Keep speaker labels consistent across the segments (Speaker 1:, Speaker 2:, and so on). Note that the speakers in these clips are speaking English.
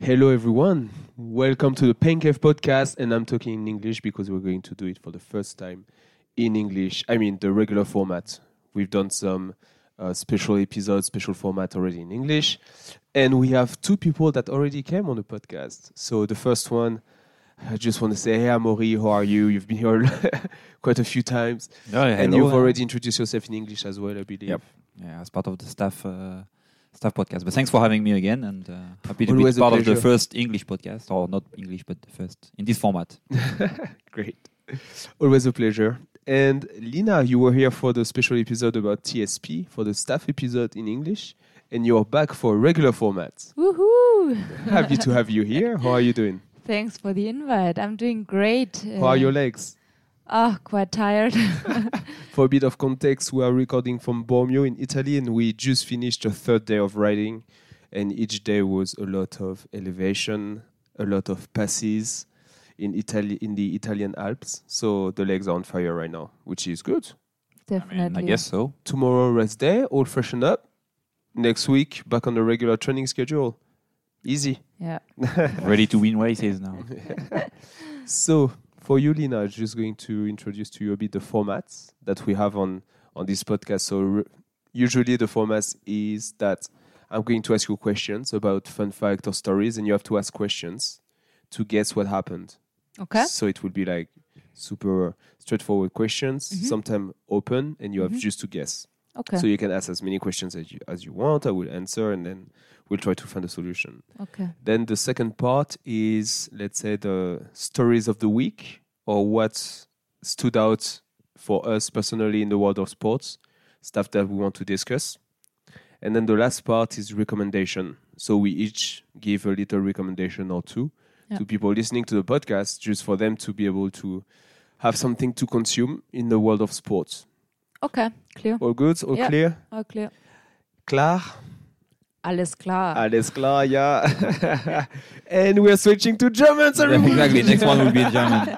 Speaker 1: Hello, everyone. Welcome to the Pain Cave podcast. And I'm talking in English because we're going to do it for the first time in English. I mean, the regular format. We've done some uh, special episodes, special format already in English. And we have two people that already came on the podcast. So the first one, I just want to say, hey, Amori, how are you? You've been here quite a few times.
Speaker 2: Oh, yeah,
Speaker 1: and
Speaker 2: hello.
Speaker 1: you've already introduced yourself in English as well, I believe.
Speaker 2: Yep. yeah, as part of the staff uh, staff podcast. But thanks for having me again, and uh, happy to
Speaker 1: Always a
Speaker 2: be part of the
Speaker 1: pleasure.
Speaker 2: first English podcast, or not English, but the first in this format.
Speaker 1: Great. Always a pleasure. And Lina, you were here for the special episode about TSP, for the staff episode in English, and you're back for regular format.
Speaker 3: Woohoo!
Speaker 1: Happy to have you here. How are you doing?
Speaker 3: Thanks for the invite. I'm doing great.
Speaker 1: How are your legs?
Speaker 3: Oh, quite tired.
Speaker 1: For a bit of context, we are recording from Bormio in Italy, and we just finished the third day of riding. And each day was a lot of elevation, a lot of passes in Italy, in the Italian Alps. So the legs are on fire right now, which is good.
Speaker 3: Definitely.
Speaker 2: I guess so.
Speaker 1: tomorrow rest day, all freshened up. Next week, back on the regular training schedule. Easy.
Speaker 3: Yeah.
Speaker 2: Ready to win races now.
Speaker 1: So for you, Lina, I'm just going to introduce to you a bit the formats that we have on on this podcast. So re- usually the format is that I'm going to ask you questions about fun fact or stories, and you have to ask questions to guess what happened.
Speaker 3: Okay.
Speaker 1: So it will be like super straightforward questions, sometimes open, and you have just to guess.
Speaker 3: Okay.
Speaker 1: So you can ask as many questions as you, as you want. I will answer, and then we'll try to find a solution.
Speaker 3: okay.
Speaker 1: Then the second part is, let's say, the stories of the week or what stood out for us personally in the world of sports, stuff that we want to discuss. And then the last part is recommendation. So we each give a little recommendation or two
Speaker 3: Yeah.
Speaker 1: to people listening to the podcast, just for them to be able to have something to consume in the world of sports.
Speaker 3: Okay. Clear.
Speaker 1: All good? All
Speaker 3: Yeah.
Speaker 1: clear?
Speaker 3: All clear.
Speaker 1: Klar?
Speaker 3: Alles klar.
Speaker 1: Alles klar, ja. Ah. And we're switching to German, sorry.
Speaker 2: exactly. Next one will be in German.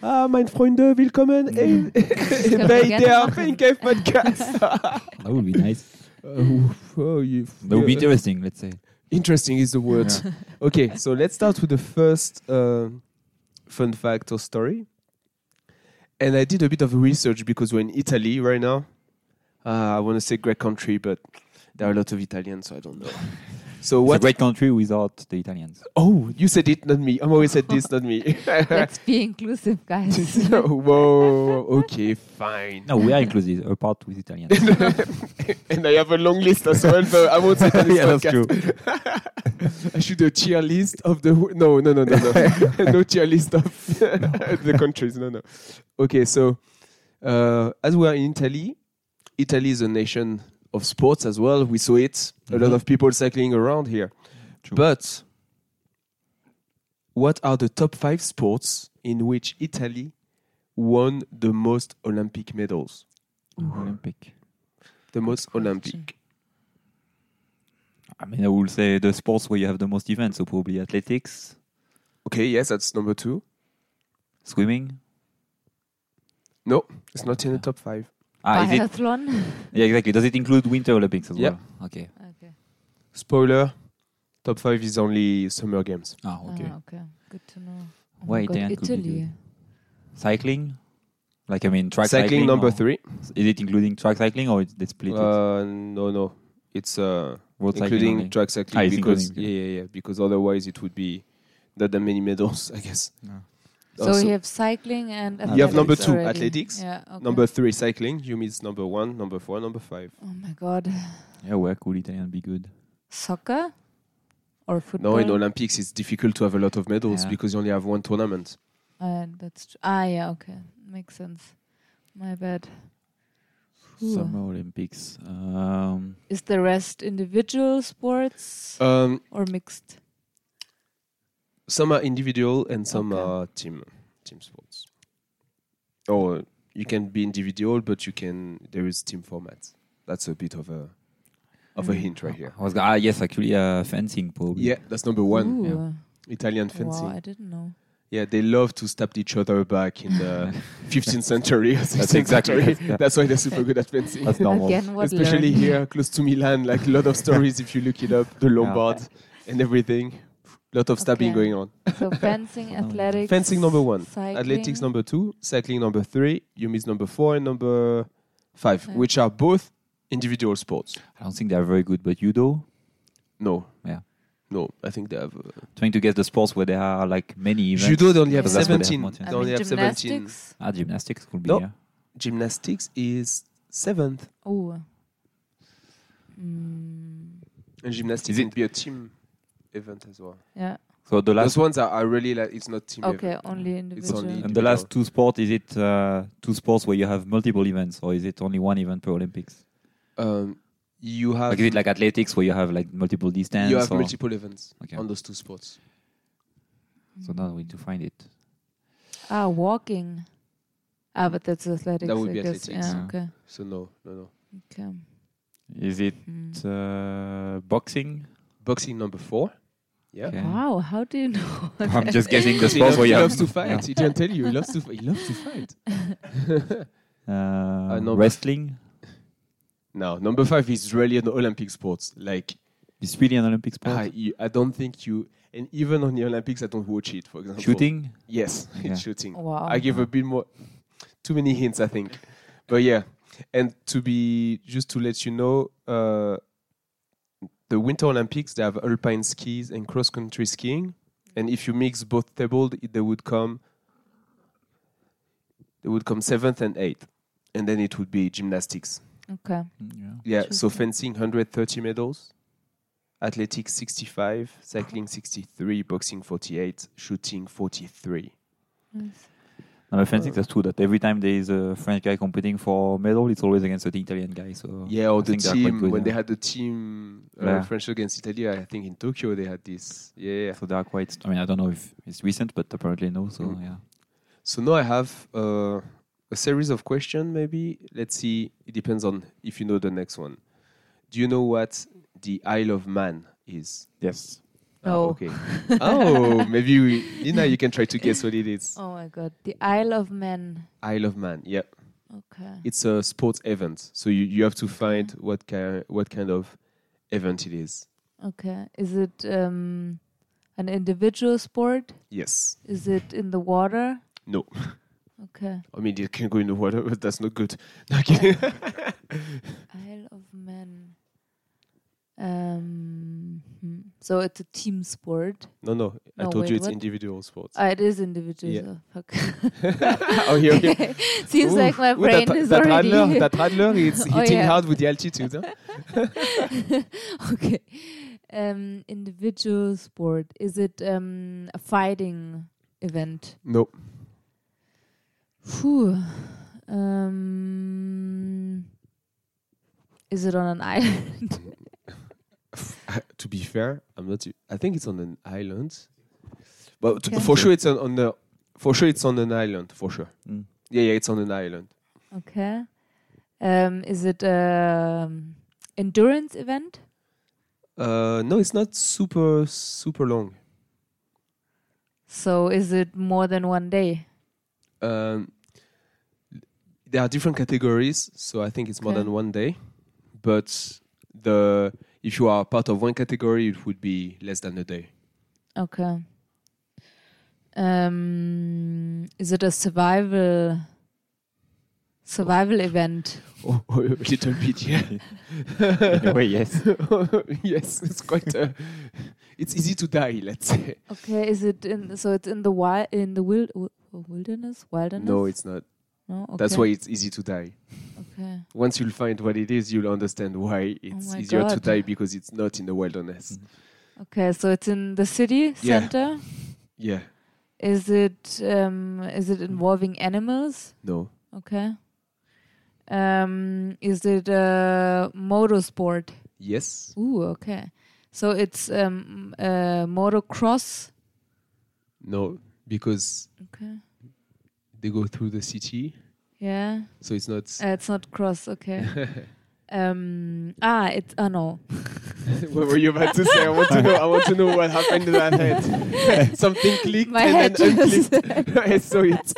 Speaker 1: Ah, mein Freunde, willkommen in-
Speaker 2: Mm.
Speaker 1: bei
Speaker 3: gerne
Speaker 1: der
Speaker 3: machen.
Speaker 1: Fincave Podcast.
Speaker 2: That would be nice.
Speaker 1: Uh, oh, you-
Speaker 2: That would be interesting. Let's say.
Speaker 1: Interesting is the word. Okay, so let's start with the first uh, fun fact or story. And I did a bit of research because we're in Italy right now. Uh, I want to say great country, but there are a lot of Italians, so I don't know. So
Speaker 2: It's a
Speaker 1: what?
Speaker 2: great country without the Italians.
Speaker 1: Oh, you said it, not me. I'm always said this, not me.
Speaker 3: Let's be inclusive,
Speaker 1: Ah,
Speaker 3: guys.
Speaker 1: Whoa, okay, fine.
Speaker 2: No, we are inclusive, apart with Italians.
Speaker 1: And I have a long list as well, but I won't say that.
Speaker 2: yeah, that's true.
Speaker 1: I should do a tier list of the. wh- No, no, no, no, no. no tier list of the countries. No, no. Okay, so uh, as we are in Italy, Italy is a nation of sports as well. We saw it. A lot
Speaker 2: Mhm.
Speaker 1: of people cycling around here.
Speaker 2: True.
Speaker 1: But what are the top five sports in which Italy won the most Olympic medals?
Speaker 2: Olympic.
Speaker 1: The most
Speaker 3: question.
Speaker 1: Olympic.
Speaker 2: I mean, I will say the sports where you have the most events, so probably athletics,
Speaker 1: Okay, yes, that's number two.
Speaker 2: swimming.
Speaker 1: No, it's not in the top five.
Speaker 2: Ah, is it?
Speaker 3: Biathlon.
Speaker 2: Yeah, exactly. Does it include Winter Olympics as
Speaker 1: Yeah.
Speaker 2: well? Okay.
Speaker 3: okay.
Speaker 1: Spoiler: top five is only summer games.
Speaker 2: Ah, okay.
Speaker 3: Ah, okay. Good to know. Oh
Speaker 2: Why
Speaker 3: my God,
Speaker 2: Italian could be
Speaker 3: Italy.
Speaker 2: Cycling? Like, I mean, track
Speaker 1: Cycling,
Speaker 2: cycling. Oh,
Speaker 1: number
Speaker 2: or-
Speaker 1: three.
Speaker 2: Is it including track cycling or it- they split it?
Speaker 1: Uh, no, no, it's uh,
Speaker 2: Road cycling
Speaker 1: including
Speaker 2: only?
Speaker 1: track cycling
Speaker 2: Ah, it's
Speaker 1: because
Speaker 2: including,
Speaker 1: yeah, yeah, yeah, because otherwise it would be not that many medals, I guess.
Speaker 2: No.
Speaker 3: So
Speaker 1: Also,
Speaker 3: we have cycling and athletics
Speaker 2: You have number
Speaker 1: two,
Speaker 3: already.
Speaker 1: athletics.
Speaker 3: Yeah. Okay.
Speaker 1: number three cycling. You miss number one, number four, number five.
Speaker 3: Oh my God.
Speaker 2: Yeah, where could Italian be good?
Speaker 3: Soccer or football?
Speaker 1: No, in Olympics it's difficult to have a lot of medals
Speaker 2: Yeah.
Speaker 1: because you only have one tournament.
Speaker 3: Uh, that's tr- ah yeah okay makes sense. My bad. Ooh.
Speaker 2: Summer Olympics. Um,
Speaker 3: Is the rest individual sports
Speaker 1: Um,
Speaker 3: or mixed?
Speaker 1: some are individual and some
Speaker 3: Okay.
Speaker 1: are team team sports or you can be individual but you can there is team format that's a bit of a of a
Speaker 3: Mm. Oh.
Speaker 1: hint right here
Speaker 2: I was go- ah, yes, actually, uh, fencing probably.
Speaker 1: yeah that's number one
Speaker 3: Ooh, uh,
Speaker 2: yeah.
Speaker 1: italian fencing
Speaker 3: Wow, I didn't know.
Speaker 1: yeah they love to stab each other back in
Speaker 2: Uh,
Speaker 1: the 15th century or 16th
Speaker 2: exactly-
Speaker 1: century
Speaker 2: yeah.
Speaker 1: that's why they're super good at fencing
Speaker 2: That's normal.
Speaker 3: Again, what
Speaker 1: especially
Speaker 3: learned.
Speaker 1: here close to milan like a lot of stories if you look it up the lombard and everything lot of stabbing
Speaker 3: Okay.
Speaker 1: going on.
Speaker 3: So fencing, athletics.
Speaker 1: Um, Fencing number one,
Speaker 3: cycling.
Speaker 1: Athletics number two, cycling number three, you miss number four and number five,
Speaker 3: Five.
Speaker 1: which are both individual sports.
Speaker 2: I don't think they are very good, but judo.
Speaker 1: No.
Speaker 2: Yeah.
Speaker 1: No, I think they have. Uh,
Speaker 2: Trying to guess the sports where there are like many events.
Speaker 1: judo, they only have
Speaker 3: Yeah. That's
Speaker 2: what they have
Speaker 1: 17.
Speaker 2: more
Speaker 1: They
Speaker 2: to-
Speaker 3: I
Speaker 1: only
Speaker 3: mean,
Speaker 1: have 17.
Speaker 3: gymnastics.
Speaker 2: Ah, gymnastics could be.
Speaker 1: No.
Speaker 2: yeah.
Speaker 1: Gymnastics is seventh.
Speaker 3: Oh. Mm,
Speaker 1: And gymnastics
Speaker 2: Is it-
Speaker 1: can be a team event as well.
Speaker 3: yeah.
Speaker 2: So the last
Speaker 1: Those ones are, are really like, it's not team event.
Speaker 3: Okay. Only individual.
Speaker 1: only-
Speaker 2: and the last two sports is it uh, two sports where you have multiple events or is it only one event per Olympics?
Speaker 1: Um, you have,
Speaker 2: Like is it like athletics where you have like multiple distance?
Speaker 1: you have
Speaker 2: or-
Speaker 1: multiple events
Speaker 2: Okay.
Speaker 1: on those two sports.
Speaker 2: So now we need to find it.
Speaker 3: Mm. Ah, walking. Ah, but that's athletics.
Speaker 1: That would
Speaker 3: I
Speaker 1: be
Speaker 3: guess.
Speaker 1: athletics.
Speaker 3: Yeah.
Speaker 2: Yeah.
Speaker 3: Okay.
Speaker 1: So, no, no, no.
Speaker 3: Okay.
Speaker 2: Is it
Speaker 3: Mm.
Speaker 2: uh, boxing?
Speaker 1: Boxing number four. Yeah.
Speaker 2: Okay.
Speaker 3: Wow. How do you know?
Speaker 2: I'm just guessing the
Speaker 1: He
Speaker 2: sports
Speaker 1: loves,
Speaker 2: where
Speaker 1: he
Speaker 2: you
Speaker 1: loves
Speaker 2: have
Speaker 1: to fight. He can tell you. He loves to. He loves to fight.
Speaker 2: uh,
Speaker 1: number-
Speaker 2: wrestling.
Speaker 1: no, number five is really an Olympic sport. Like
Speaker 2: It's really an Olympic sport.
Speaker 1: I, you, I don't think you. And even on the Olympics, I don't watch it. For example,
Speaker 2: Shooting.
Speaker 1: Yes,
Speaker 2: Yeah.
Speaker 1: it's shooting.
Speaker 3: Oh, Wow.
Speaker 1: I give a bit more. Too many hints, I think. But yeah, and to be just to let you know, uh, the Winter Olympics they have alpine skis and cross country skiing, and if you mix both tables, it- they would come. They would come seventh and eighth, and then it would be gymnastics.
Speaker 3: okay.
Speaker 2: Mm, yeah.
Speaker 1: Yeah, so
Speaker 3: Interesting.
Speaker 1: fencing 130 medals, athletics 65, cycling 63, boxing 48, shooting 43. Oh,
Speaker 3: Nice.
Speaker 2: And I
Speaker 1: Uh.
Speaker 2: think that's true that every time there is a French guy competing for medal, it's always against an Italian guy. So
Speaker 1: Yeah, or
Speaker 2: Oh, I
Speaker 1: the
Speaker 2: think they are quite
Speaker 1: team
Speaker 2: good,
Speaker 1: when
Speaker 2: yeah.
Speaker 1: they had the team uh,
Speaker 2: Yeah.
Speaker 1: French against Italy. I think in Tokyo they had this. Yeah, yeah.
Speaker 2: So they are quite. I mean, I don't know if it's recent, but apparently no. So
Speaker 1: Mm.
Speaker 2: yeah.
Speaker 1: So now I have uh, a series of questions. Maybe let's see. It depends on if you know the next one. Do you know what the Isle of Man is?
Speaker 2: Yes.
Speaker 1: Ah,
Speaker 3: No.
Speaker 1: okay. oh, maybe we, Nina, you can try to guess what it is.
Speaker 3: Oh my God. The Isle of Man.
Speaker 1: Isle of Man. Yeah,
Speaker 3: Okay.
Speaker 1: it's a sports event. So you, you have to find what kind what kind of event it is.
Speaker 3: Okay. Is it um, an individual sport?
Speaker 1: Yes.
Speaker 3: Is it in the water?
Speaker 1: No.
Speaker 3: Okay.
Speaker 1: I mean, it can go in the water, but that's not good. No, kidding.
Speaker 3: Isle of Man. Um, hmm. so it's a team sport.
Speaker 1: No, no. I
Speaker 3: No,
Speaker 1: told
Speaker 3: wait,
Speaker 1: you it's
Speaker 3: what?
Speaker 1: individual sports.
Speaker 3: Ah, it is individual.
Speaker 1: Yeah.
Speaker 3: so fuck.
Speaker 1: oh, here, here.
Speaker 3: Seems
Speaker 1: Ooh,
Speaker 3: like my
Speaker 1: ooh,
Speaker 3: brain
Speaker 1: that,
Speaker 3: is
Speaker 1: that
Speaker 3: already.
Speaker 1: Radler, that Radler is
Speaker 3: Oh,
Speaker 1: hitting
Speaker 3: yeah.
Speaker 1: hard with the altitude. huh?
Speaker 3: okay. Um, individual sport. Is it um, a fighting event?
Speaker 1: No.
Speaker 3: Phew. Um, is it on an island?
Speaker 1: to be fair, I'm not. I think it's on an island, but t-
Speaker 3: Okay.
Speaker 1: for sure it's on, on the. For sure it's on an island. For sure.
Speaker 2: Mm.
Speaker 1: Yeah, yeah, it's on an island.
Speaker 3: okay. Um, is it um endurance event?
Speaker 1: Uh, no, it's not super super long.
Speaker 3: So is it more than one day?
Speaker 1: Um, there are different categories, so I think it's more
Speaker 3: Okay.
Speaker 1: than one day. But the if you are part of one category, it would be less than a day.
Speaker 3: Okay. Um, is it a survival survival event?
Speaker 1: Oh, a little bit, yeah.
Speaker 2: Anyway, yes.
Speaker 1: yes, it's quite. Uh, it's easy to die, let's say.
Speaker 3: Okay, is it in so it's in the wild in the wild wilderness wilderness?
Speaker 1: No, it's not.
Speaker 3: no. Okay.
Speaker 1: That's why it's easy to die.
Speaker 3: Okay.
Speaker 1: Once you'll find what it is, you'll understand why it's
Speaker 3: Oh my
Speaker 1: easier to
Speaker 3: God.
Speaker 1: die because it's not in the wilderness.
Speaker 3: Okay, so it's in the city
Speaker 1: Yeah.
Speaker 3: center.
Speaker 1: Yeah.
Speaker 3: Is it um is it involving animals?
Speaker 1: No.
Speaker 3: Okay. Um is it a motorsport?
Speaker 1: Yes.
Speaker 3: Ooh, okay. So it's um uh motocross.
Speaker 1: No. Because
Speaker 3: Okay.
Speaker 1: they go through the city,
Speaker 3: Yeah.
Speaker 1: so it's not.
Speaker 3: Uh, it's not cross, okay. um ah, it's oh no.
Speaker 1: what were you about to say? I want to know. I want to know what happened in that head. Something clicked
Speaker 3: My head
Speaker 1: and then
Speaker 3: just-
Speaker 1: unclicked. I saw it.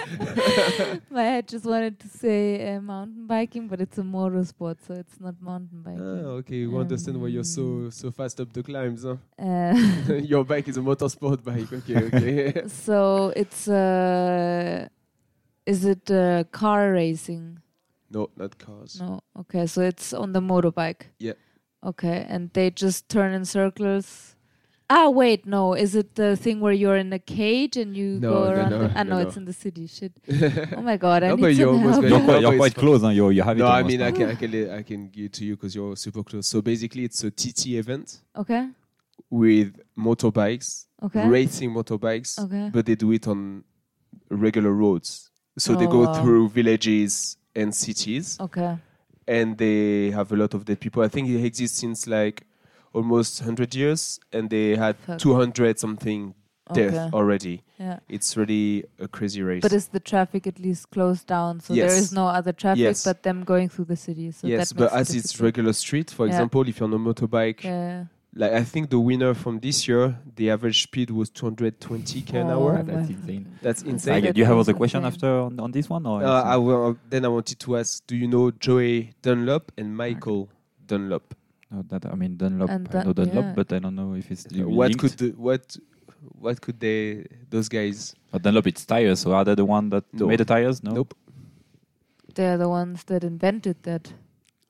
Speaker 3: My head just wanted to say uh, mountain biking, but it's a motor sport, so it's not mountain biking.
Speaker 1: Ah, okay,
Speaker 3: Um,
Speaker 1: we understand why you're so so fast up the climbs. Huh?
Speaker 3: Uh,
Speaker 1: Your bike is a motorsport bike. Okay, okay.
Speaker 3: so it's uh, is it uh, car racing?
Speaker 1: no, not cars.
Speaker 3: No. Okay, so it's on the motorbike.
Speaker 1: Yeah.
Speaker 3: Okay, and they just turn in circles. Ah, wait, no. Is it the thing where you're in a cage and you
Speaker 1: No,
Speaker 3: go
Speaker 1: no,
Speaker 3: around?
Speaker 1: no,
Speaker 3: the- ah,
Speaker 1: no,
Speaker 3: no,
Speaker 1: no.
Speaker 3: it's in the city. Shit. Oh my god, I
Speaker 1: No,
Speaker 3: need
Speaker 1: but
Speaker 3: some
Speaker 1: you almost got
Speaker 3: help.
Speaker 2: You're
Speaker 1: Yeah,
Speaker 2: quite, you're
Speaker 1: but
Speaker 2: quite
Speaker 1: it's-
Speaker 2: close, and you you have it.
Speaker 1: no, I
Speaker 2: almost
Speaker 1: mean
Speaker 2: now.
Speaker 1: I can I can li- I can give it to you because you're super close. So basically, it's a TT event
Speaker 3: Okay.
Speaker 1: with motorbikes,
Speaker 3: Okay. Oh.
Speaker 1: racing motorbikes,
Speaker 3: Okay.
Speaker 1: but they do it on regular roads. So they
Speaker 3: Oh,
Speaker 1: go
Speaker 3: wow.
Speaker 1: through villages and cities,
Speaker 3: Okay.
Speaker 1: and they have a lot of dead people. I think it exists since like almost 100 years, and they had
Speaker 3: Fuck.
Speaker 1: 200 something death
Speaker 3: Okay.
Speaker 1: already.
Speaker 3: Yeah.
Speaker 1: It's really a crazy race.
Speaker 3: But is the traffic at least closed down? So there
Speaker 1: Yes.
Speaker 3: is no other traffic
Speaker 1: Yes.
Speaker 3: but them going through the city. So
Speaker 1: yes,
Speaker 3: that
Speaker 1: but
Speaker 3: makes
Speaker 1: as
Speaker 3: it
Speaker 1: it's
Speaker 3: difficult.
Speaker 1: regular street, for
Speaker 3: Yeah.
Speaker 1: example, if you're on a motorbike,
Speaker 3: Yeah.
Speaker 1: like I think the winner from this year, the average speed was 220 k an
Speaker 3: Oh
Speaker 1: hour.
Speaker 3: my
Speaker 2: That's
Speaker 3: God.
Speaker 2: insane.
Speaker 1: That's
Speaker 3: I
Speaker 2: I
Speaker 1: insane.
Speaker 3: get-
Speaker 2: get, do you have other
Speaker 3: Okay.
Speaker 2: question after on, on this one? Or
Speaker 1: Uh, I will, then I wanted to ask, do you know Joey Dunlop and Michael Dunlop?
Speaker 2: no, that, I mean Dunlop.
Speaker 3: And
Speaker 2: I know
Speaker 3: that-
Speaker 2: Dunlop,
Speaker 3: yeah.
Speaker 2: but I don't know if it's
Speaker 1: Uh, what could the, what what could they those guys?
Speaker 2: But Dunlop it's tires. So are they the one that
Speaker 1: No.
Speaker 2: made the tires? No,
Speaker 1: Nope,
Speaker 3: They're the ones that invented that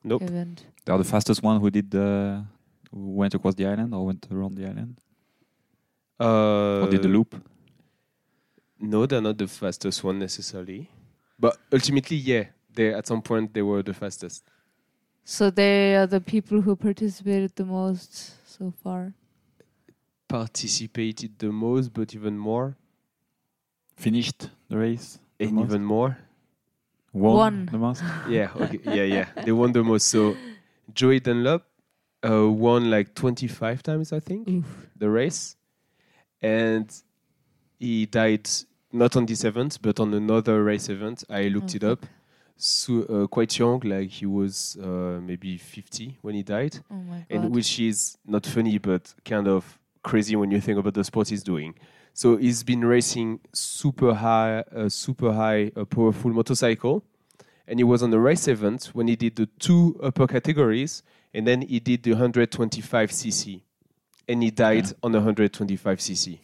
Speaker 1: nope.
Speaker 3: event.
Speaker 2: they are the fastest one who did the who went across the island or went around the island
Speaker 1: Uh,
Speaker 2: or did the loop.
Speaker 1: No, they're not the fastest one necessarily, but ultimately, yeah, they at some point they were the fastest.
Speaker 3: So they are the people who participated the most so far.
Speaker 1: Participated the most, but even more,
Speaker 2: Finished the race. the
Speaker 1: and
Speaker 2: most?
Speaker 1: even more.
Speaker 2: won,
Speaker 3: Won.
Speaker 2: the most.
Speaker 1: Yeah, okay. yeah, yeah. They won the most. So Joey Dunlop uh, won like 25 times, I think,
Speaker 3: Oof.
Speaker 1: the race. And he died not on this event, but on another race event. I looked
Speaker 3: Oh,
Speaker 1: it up.
Speaker 3: fuck.
Speaker 1: So, uh, quite young, like he was uh, maybe 50 when he died.
Speaker 3: Oh my god.
Speaker 1: And which is not funny, but kind of crazy when you think about the sport he's doing. So he's been racing super high, uh, super high, uh, powerful motorcycle, and he was on the race event when he did the two upper categories, and then he did the 125 cc, and he died
Speaker 2: Yeah.
Speaker 1: on the 125 cc,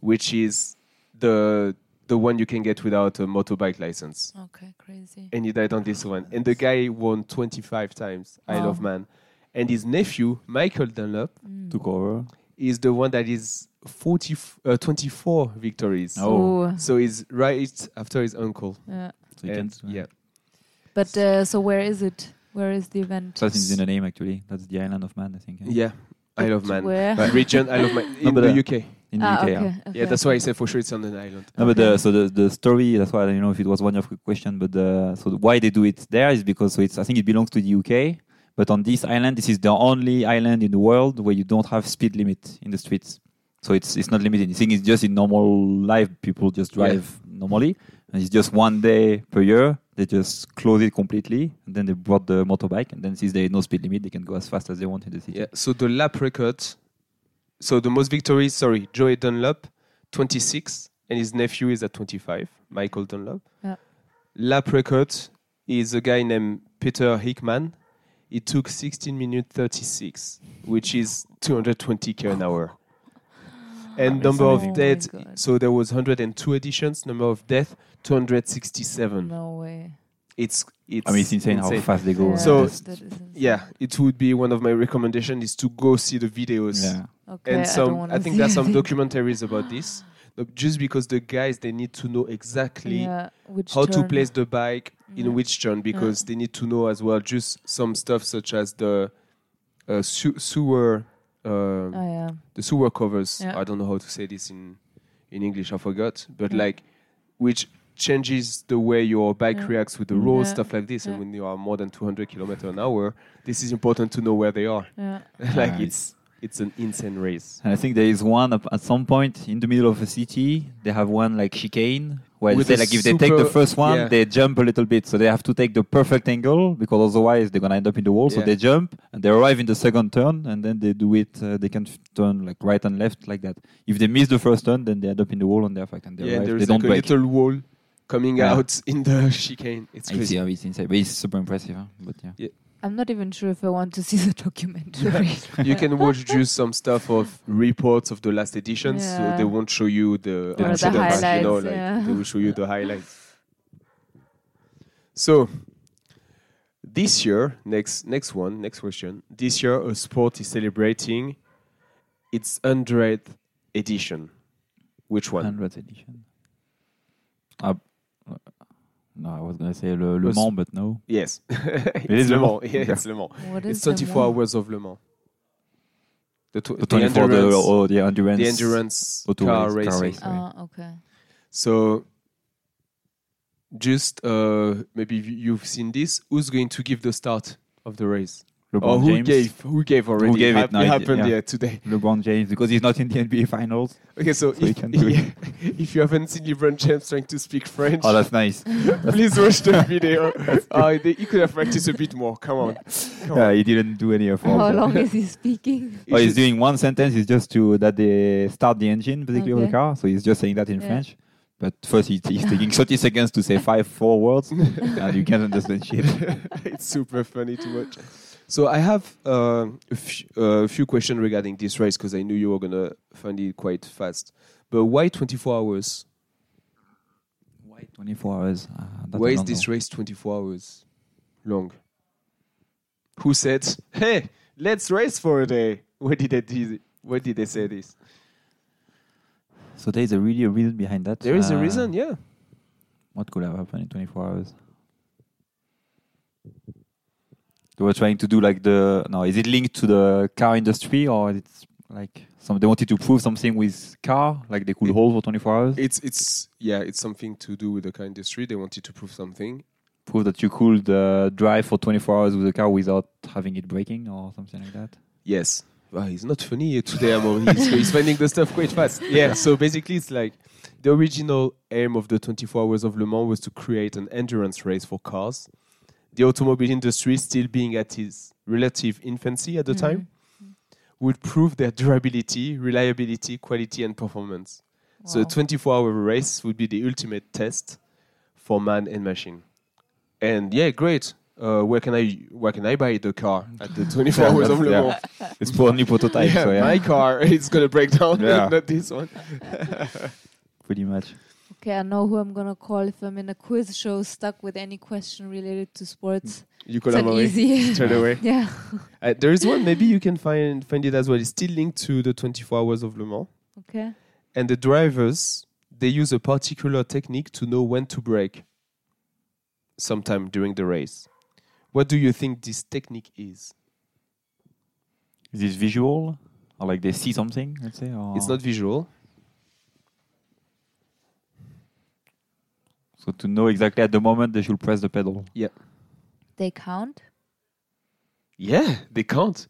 Speaker 1: which is the the one you can get without a motorbike license
Speaker 3: okay, crazy.
Speaker 1: and he died on this one. And the guy won 25 times. I
Speaker 3: Wow.
Speaker 1: love man. And his nephew, Michael Dunlop,
Speaker 3: Mm.
Speaker 2: Took over.
Speaker 1: is the one that is 40, f- uh, 24 victories.
Speaker 2: Oh.
Speaker 3: Ooh.
Speaker 1: So he's right after his uncle.
Speaker 3: Yeah.
Speaker 2: So you
Speaker 1: And
Speaker 2: can,
Speaker 1: yeah.
Speaker 3: But uh, so where is it? Where is the event?
Speaker 2: So that's in the name actually. That's the island of man, I think. eh? yeah.
Speaker 1: Yeah. I love man.
Speaker 3: Where?
Speaker 1: But region, I love man.
Speaker 2: No,
Speaker 1: In
Speaker 2: but,
Speaker 1: the
Speaker 2: uh,
Speaker 1: UK.
Speaker 2: In the
Speaker 3: ah,
Speaker 2: UK.
Speaker 3: okay,
Speaker 2: yeah.
Speaker 3: okay.
Speaker 1: Yeah, that's why I said for sure it's on an island.
Speaker 2: No, but
Speaker 3: Okay.
Speaker 2: the, so the, the story. That's why I don't know if it was one of the question, but the, so why they do it there is because so it's I think it belongs to the UK, but on this island, this is the only island in the world where you don't have speed limit in the streets. So it's it's not limited. I think it's just in normal life, people just
Speaker 1: Yeah.
Speaker 2: drive normally, and it's just one day per year they just close it completely, and then they brought the motorbike, and then since there is no speed limit, they can go as fast as they want in the city.
Speaker 1: Yeah. So the lap record. So the most victories, sorry, Joey Dunlop, 26, and his nephew is at 25, Michael Dunlop.
Speaker 3: Yeah.
Speaker 1: Lap record is a guy named Peter Hickman. It took 16 minutes 36, which is 220 k an hour. And
Speaker 2: Amazing.
Speaker 1: number
Speaker 3: Oh my
Speaker 1: of dead,
Speaker 3: God.
Speaker 1: so there was 102 editions. Number of death, 267.
Speaker 3: No way.
Speaker 1: It's it's.
Speaker 2: I mean, it's insane, how fast they go.
Speaker 3: Yeah,
Speaker 2: and
Speaker 1: So-
Speaker 2: just-
Speaker 3: that is insane.
Speaker 1: Yeah, it would be one of my recommendations is to go see the videos
Speaker 2: yeah.
Speaker 3: Okay,
Speaker 1: and
Speaker 3: I, don't
Speaker 1: some
Speaker 3: wanna
Speaker 1: I, think
Speaker 3: see
Speaker 1: there's some
Speaker 3: it.
Speaker 1: documentaries about this No, just because the guys they need to know exactly
Speaker 3: Yeah, which
Speaker 1: how to
Speaker 3: turn.
Speaker 1: place the bike
Speaker 3: Yeah.
Speaker 1: in which turn because they need to know as well just some stuff such as the uh, su- sewer uh,
Speaker 3: Oh yeah.
Speaker 1: the sewer covers
Speaker 3: Yeah.
Speaker 1: i don't know how to say this in in english i forgot but
Speaker 3: Yeah.
Speaker 1: like which changes the way your bike
Speaker 3: Yeah.
Speaker 1: reacts with the
Speaker 2: Mm.
Speaker 1: road
Speaker 3: Yeah.
Speaker 1: stuff like this
Speaker 3: Yeah.
Speaker 1: and when you are more than 200 kilometers an hour this is important to know where they are
Speaker 3: Yeah.
Speaker 1: like
Speaker 2: Nice.
Speaker 1: it's it's an insane race
Speaker 2: And I think there is one up at some point in the middle of a city. They have one like chicane Where they
Speaker 1: With
Speaker 2: say
Speaker 1: a
Speaker 2: like if they take the
Speaker 1: super-
Speaker 2: first one,
Speaker 1: yeah.
Speaker 2: they jump a little bit, so they have to take the perfect angle because otherwise they're gonna end up in the wall. So
Speaker 1: Yeah.
Speaker 2: they jump and they arrive in the second turn, and then they do it. Uh, they can f- turn like right and left like that. If they miss the first turn, then they end up in the wall and they're fucked and they
Speaker 1: yeah,
Speaker 2: arrive.
Speaker 1: there
Speaker 2: they
Speaker 1: is
Speaker 2: don't
Speaker 1: like a
Speaker 2: break.
Speaker 1: little wall coming
Speaker 2: Yeah.
Speaker 1: out in the chicane. It's
Speaker 2: it's,
Speaker 1: crazy.
Speaker 2: yeah, it's insane, but it's super impressive. Huh? But yeah.
Speaker 3: I'm not even sure if I want to see the documentary.
Speaker 1: you can watch just some stuff of reports of the last edition, so
Speaker 3: Yeah.
Speaker 1: they won't show you the,
Speaker 2: Or the
Speaker 1: actual part, You know,
Speaker 3: highlights,
Speaker 1: like
Speaker 3: yeah.
Speaker 1: they will show you the highlights. So this year, next next one, next question. This year, a sport is celebrating its hundredth edition. Which one?
Speaker 2: 100 edition. Ah, uh, no, I was gonna say Le, Le
Speaker 1: Was-
Speaker 2: Mans, but no.
Speaker 1: Yes, it's
Speaker 2: is
Speaker 1: Le
Speaker 2: Le
Speaker 1: Mans.
Speaker 2: Mans.
Speaker 1: Yeah, it's Le Mans.
Speaker 3: what
Speaker 1: It's
Speaker 3: is
Speaker 1: 24 hours of Le Mans. The, tw- the
Speaker 2: The 24 the,
Speaker 1: endurance,
Speaker 2: oh, the endurance.
Speaker 1: the endurance
Speaker 2: auto
Speaker 1: car
Speaker 2: race, car
Speaker 1: racing.
Speaker 2: race.
Speaker 3: Oh, okay.
Speaker 1: So, just uh, maybe you- you've seen this. Who's going to give the start of the race?
Speaker 2: LeBron
Speaker 1: or who
Speaker 2: James.
Speaker 1: gave? Who gave already?
Speaker 2: gave it? No, it-
Speaker 1: happened
Speaker 2: yeah.
Speaker 1: yeah, today.
Speaker 2: LeBron James because he's not in the NBA finals.
Speaker 1: Okay, so,
Speaker 2: So he
Speaker 1: if,
Speaker 2: can do it.
Speaker 1: yeah, if you haven't seen LeBron James trying to speak French,
Speaker 2: Oh, that's nice.
Speaker 1: please watch the video. uh, they, you could have practiced a bit more. Come on.
Speaker 2: Oh,
Speaker 1: Come
Speaker 2: Yeah, he didn't do any of
Speaker 3: How
Speaker 2: all that.
Speaker 3: long is he speaking?
Speaker 2: Oh,
Speaker 1: It's
Speaker 2: he's
Speaker 1: just-
Speaker 2: doing one sentence. It's just to that they start the engine basically of the
Speaker 3: Okay.
Speaker 2: car. So he's just saying that in
Speaker 3: Yeah.
Speaker 2: French. But first, he, he's taking 30 seconds to say five, four words, and you can't understand shit.
Speaker 1: it's super funny to watch. So I have uh, a few, uh, few questions regarding this race because I knew you were gonna find it quite fast. But why 24 hours?
Speaker 2: Why 24 hours? Uh, that
Speaker 1: Why
Speaker 2: I
Speaker 1: is
Speaker 2: don't
Speaker 1: this
Speaker 2: know.
Speaker 1: race 24 hours long? Who said, "Hey, let's race for a day"? Where did they do- where did they say this?
Speaker 2: So there is a really a reason behind that.
Speaker 1: There is a
Speaker 2: Uh,
Speaker 1: reason, yeah.
Speaker 2: What could have happened in 24 hours? They were trying to do like the no. Is it linked to the car industry or it's like some? They wanted to prove something with car, like they could hold for 24 hours,
Speaker 1: It's it's yeah, it's something to do with the car industry. They wanted to prove something.
Speaker 2: prove that you could uh, drive for 24 hours with a car without having it breaking or something like that.
Speaker 1: Yes. Wow, he's not funny here today, Amor. He's, he's finding the stuff quite fast. Yeah, so basically, it's like the original aim of the 24 Hours of Le Mans was to create an endurance race for cars. The automobile industry, still being at its relative infancy at the time, would prove their durability, reliability, quality, and performance. So, a
Speaker 3: Wow.
Speaker 1: 24 hour race would be the ultimate test for man and machine. And yeah, great. Uh, where can I where can I buy the car at the 24 hours of Le
Speaker 2: Yeah.
Speaker 1: Mans?
Speaker 2: It's for only prototype,
Speaker 1: yeah,
Speaker 2: so yeah,
Speaker 1: my car is gonna break down,
Speaker 2: Yeah.
Speaker 1: not this one.
Speaker 2: pretty much.
Speaker 3: Okay, I know who I'm gonna call if I'm in a quiz show stuck with any question related to
Speaker 2: Mm,
Speaker 3: sports.
Speaker 1: You
Speaker 3: It's an
Speaker 2: E.
Speaker 3: easy.
Speaker 1: straight away.
Speaker 3: yeah.
Speaker 1: Uh, there is one. Maybe you can find find it as well. It's still linked to the 24 hours of Le Mans,
Speaker 3: Okay.
Speaker 1: and the drivers they use a particular technique to know when to brake. Sometime during the race, what do you think this technique is?
Speaker 2: Is this visual or like they see something? Let's say or
Speaker 1: It's not visual.
Speaker 2: so to know exactly at the moment they should press the pedal.
Speaker 3: They count.
Speaker 1: Yeah, they can't.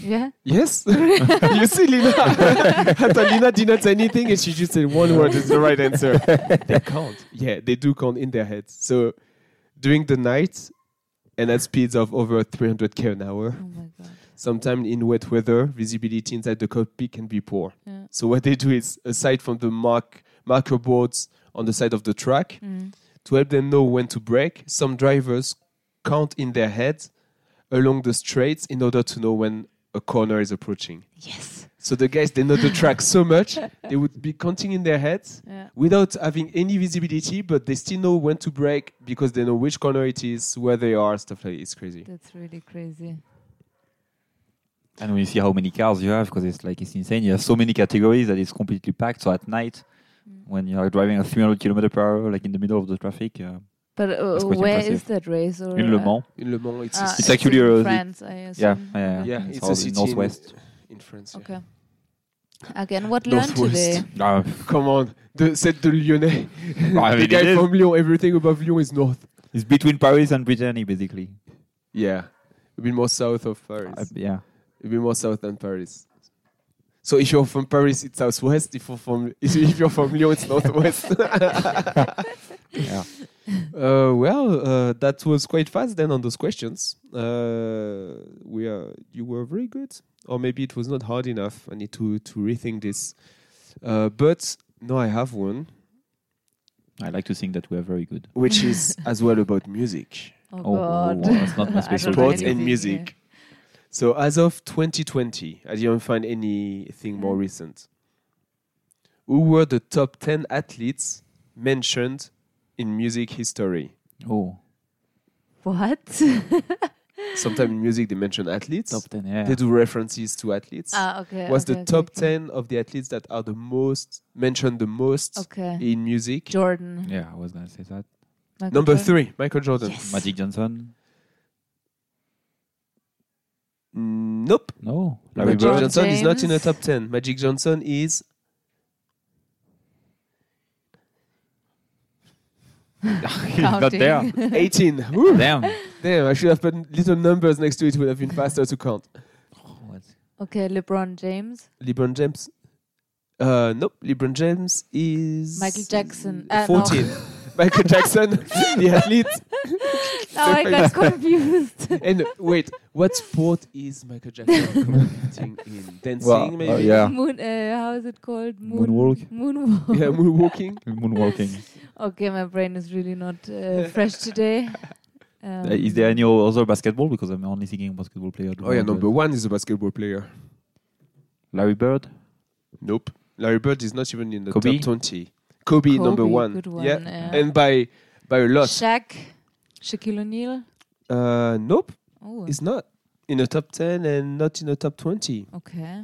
Speaker 3: Yeah.
Speaker 1: Yes, you see, Lina. Lina did not say anything, and she just said one word is the right answer. they count. Yeah, they do count in their heads. So during the night, and at speeds of over 300 k an hour,
Speaker 3: Oh my god.
Speaker 1: sometimes in wet weather, visibility inside the cockpit can be poor.
Speaker 3: Yeah.
Speaker 1: So what they do is, aside from the mark marker boards on the side of the track, to help them know when to brake, some drivers count in their head along the straights in order to know when a corner is approaching.
Speaker 3: Yes.
Speaker 1: So the guys they know the track so much they would be counting in their heads
Speaker 3: Yeah.
Speaker 1: without having any visibility, but they still know when to brake because they know which corner it is, where they are, stuff like it's crazy.
Speaker 3: That's really crazy.
Speaker 2: And when you see how many cars you have, because it's like it's insane. You have so many categories that it's completely packed. So at night,
Speaker 3: Mm.
Speaker 2: when you're driving at 300 kilometer per hour, like in the middle of the traffic, uh,
Speaker 3: But uh,
Speaker 2: That's quite
Speaker 3: where is
Speaker 2: impressive.
Speaker 3: that race? Or
Speaker 2: in Le
Speaker 3: uh,
Speaker 2: Mans,
Speaker 1: In Le Mans, it's, a
Speaker 3: ah,
Speaker 2: Uh, It's
Speaker 1: city.
Speaker 2: actually
Speaker 3: in
Speaker 2: a-
Speaker 3: France, I
Speaker 2: yeah,
Speaker 3: assume.
Speaker 2: yeah,
Speaker 1: yeah,
Speaker 2: it's
Speaker 1: it's
Speaker 2: all
Speaker 1: a
Speaker 2: in
Speaker 1: city
Speaker 2: northwest.
Speaker 1: in, in France. yeah.
Speaker 3: Okay. Again, what learned
Speaker 1: Northwest.
Speaker 3: today?
Speaker 2: Ah,
Speaker 1: Come on, the set de Lyonnais.
Speaker 2: I mean,
Speaker 1: the
Speaker 2: it
Speaker 1: guy
Speaker 2: is.
Speaker 1: from Lyon, everything above Lyon is north.
Speaker 2: it's between Paris and Brittany, basically.
Speaker 1: Yeah, a bit more south of Paris.
Speaker 2: Uh, yeah,
Speaker 1: a bit more south than Paris. So if you're from Paris, it's southwest. If you're from if you're from Lyon, it's northwest.
Speaker 2: Yeah.
Speaker 1: Uh, well, uh, that was quite fast then on those questions. Uh, we are you were very good, or maybe it was not hard enough. I need to to rethink this. Uh, but now I have one,
Speaker 2: I like to think that we are very good.
Speaker 1: which is as well about music.
Speaker 3: Oh,
Speaker 2: Oh,
Speaker 3: God.
Speaker 2: wow, that's not my
Speaker 3: I
Speaker 2: special
Speaker 3: don't know
Speaker 1: sports and
Speaker 3: anything,
Speaker 1: music. So as of 2020, I didn't find anything more
Speaker 3: Mm.
Speaker 1: recent. Who were the top 10 athletes mentioned in music history?
Speaker 2: Oh,
Speaker 3: yeah. What?
Speaker 1: Sometimes in music they mention athletes.
Speaker 2: top 10, yeah.
Speaker 1: They do references to athletes.
Speaker 3: ah, okay.
Speaker 1: was
Speaker 3: okay,
Speaker 1: the
Speaker 3: okay,
Speaker 1: top
Speaker 3: okay.
Speaker 1: 10 of the athletes that are the most mentioned the most
Speaker 3: Okay.
Speaker 1: in music.
Speaker 3: Jordan.
Speaker 2: Yeah, I was going to say that.
Speaker 3: Michael
Speaker 1: Number
Speaker 3: Jordan.
Speaker 1: 3, Michael Jordan.
Speaker 3: Yes.
Speaker 2: Magic Johnson?
Speaker 1: Mm, Nope.
Speaker 2: No.
Speaker 1: Magic
Speaker 3: Bird.
Speaker 1: Johnson is not in the
Speaker 3: James.
Speaker 1: top 10. Magic Johnson is.
Speaker 2: He's not there.
Speaker 3: Counting.
Speaker 1: 18. Woo.
Speaker 2: Damn.
Speaker 1: Damn, I should have put little numbers next to it. Would have been faster to count.
Speaker 2: What?
Speaker 3: okay, LeBron James.
Speaker 1: LeBron James. Uh, nope. LeBron James is
Speaker 3: Michael Jackson. Uh, no.
Speaker 1: 14. Michael Jackson, the athlete.
Speaker 3: Now I got confused.
Speaker 1: And wait, what sport is Michael Jackson competing in? Dancing,
Speaker 2: Well, uh,
Speaker 1: maybe.
Speaker 2: yeah.
Speaker 3: Moon, uh, how is it called?
Speaker 2: Moonwalk.
Speaker 3: Moonwalk.
Speaker 1: Yeah, moonwalking.
Speaker 2: Moonwalking.
Speaker 3: Okay, my brain is really not uh, fresh today. Um,
Speaker 2: is there any other basketball? Because I'm only thinking basketball player. at the
Speaker 1: Oh yeah,
Speaker 2: moment,
Speaker 1: number
Speaker 2: but-
Speaker 1: one is a basketball player.
Speaker 2: Larry Bird?
Speaker 1: Nope. Larry Bird is not even in the
Speaker 2: Kobe?
Speaker 1: top twenty. Kobe,
Speaker 3: Kobe,
Speaker 1: number one.
Speaker 3: good one,
Speaker 1: yeah.
Speaker 3: yeah.
Speaker 1: and by by a lot.
Speaker 3: Shaq, Shaquille O'Neal.
Speaker 1: Uh, nope,
Speaker 3: Oh,
Speaker 1: it's not in the top ten and not in the top twenty.
Speaker 3: okay.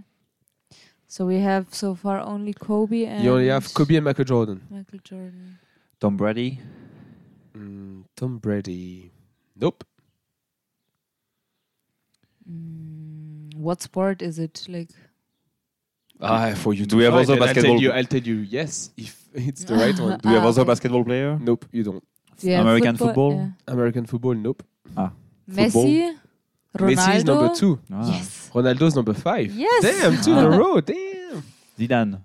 Speaker 3: So we have so far only Kobe and
Speaker 1: You only have Kobe and Michael Jordan.
Speaker 3: Michael Jordan.
Speaker 2: Tom Brady?
Speaker 1: Mm, Tom Brady. Nope.
Speaker 3: Mm, what sport is it? Like
Speaker 1: Ah, for you.
Speaker 2: Do we have also
Speaker 1: I'll
Speaker 2: basketball?
Speaker 1: tell, you, I'll tell you yes if it's the right one.
Speaker 2: Do we have
Speaker 3: Ah,
Speaker 2: also
Speaker 3: okay.
Speaker 2: basketball player?
Speaker 1: Nope, you don't.
Speaker 3: yeah,
Speaker 2: American football?
Speaker 3: yeah.
Speaker 1: American football. Nope.
Speaker 2: Football?
Speaker 3: Messi, Ronaldo.
Speaker 1: Messi is number two.
Speaker 2: Ah.
Speaker 3: Yes.
Speaker 1: Ronaldo's number five.
Speaker 3: Yes.
Speaker 1: Damn, two in a row. Damn.
Speaker 2: Zidane.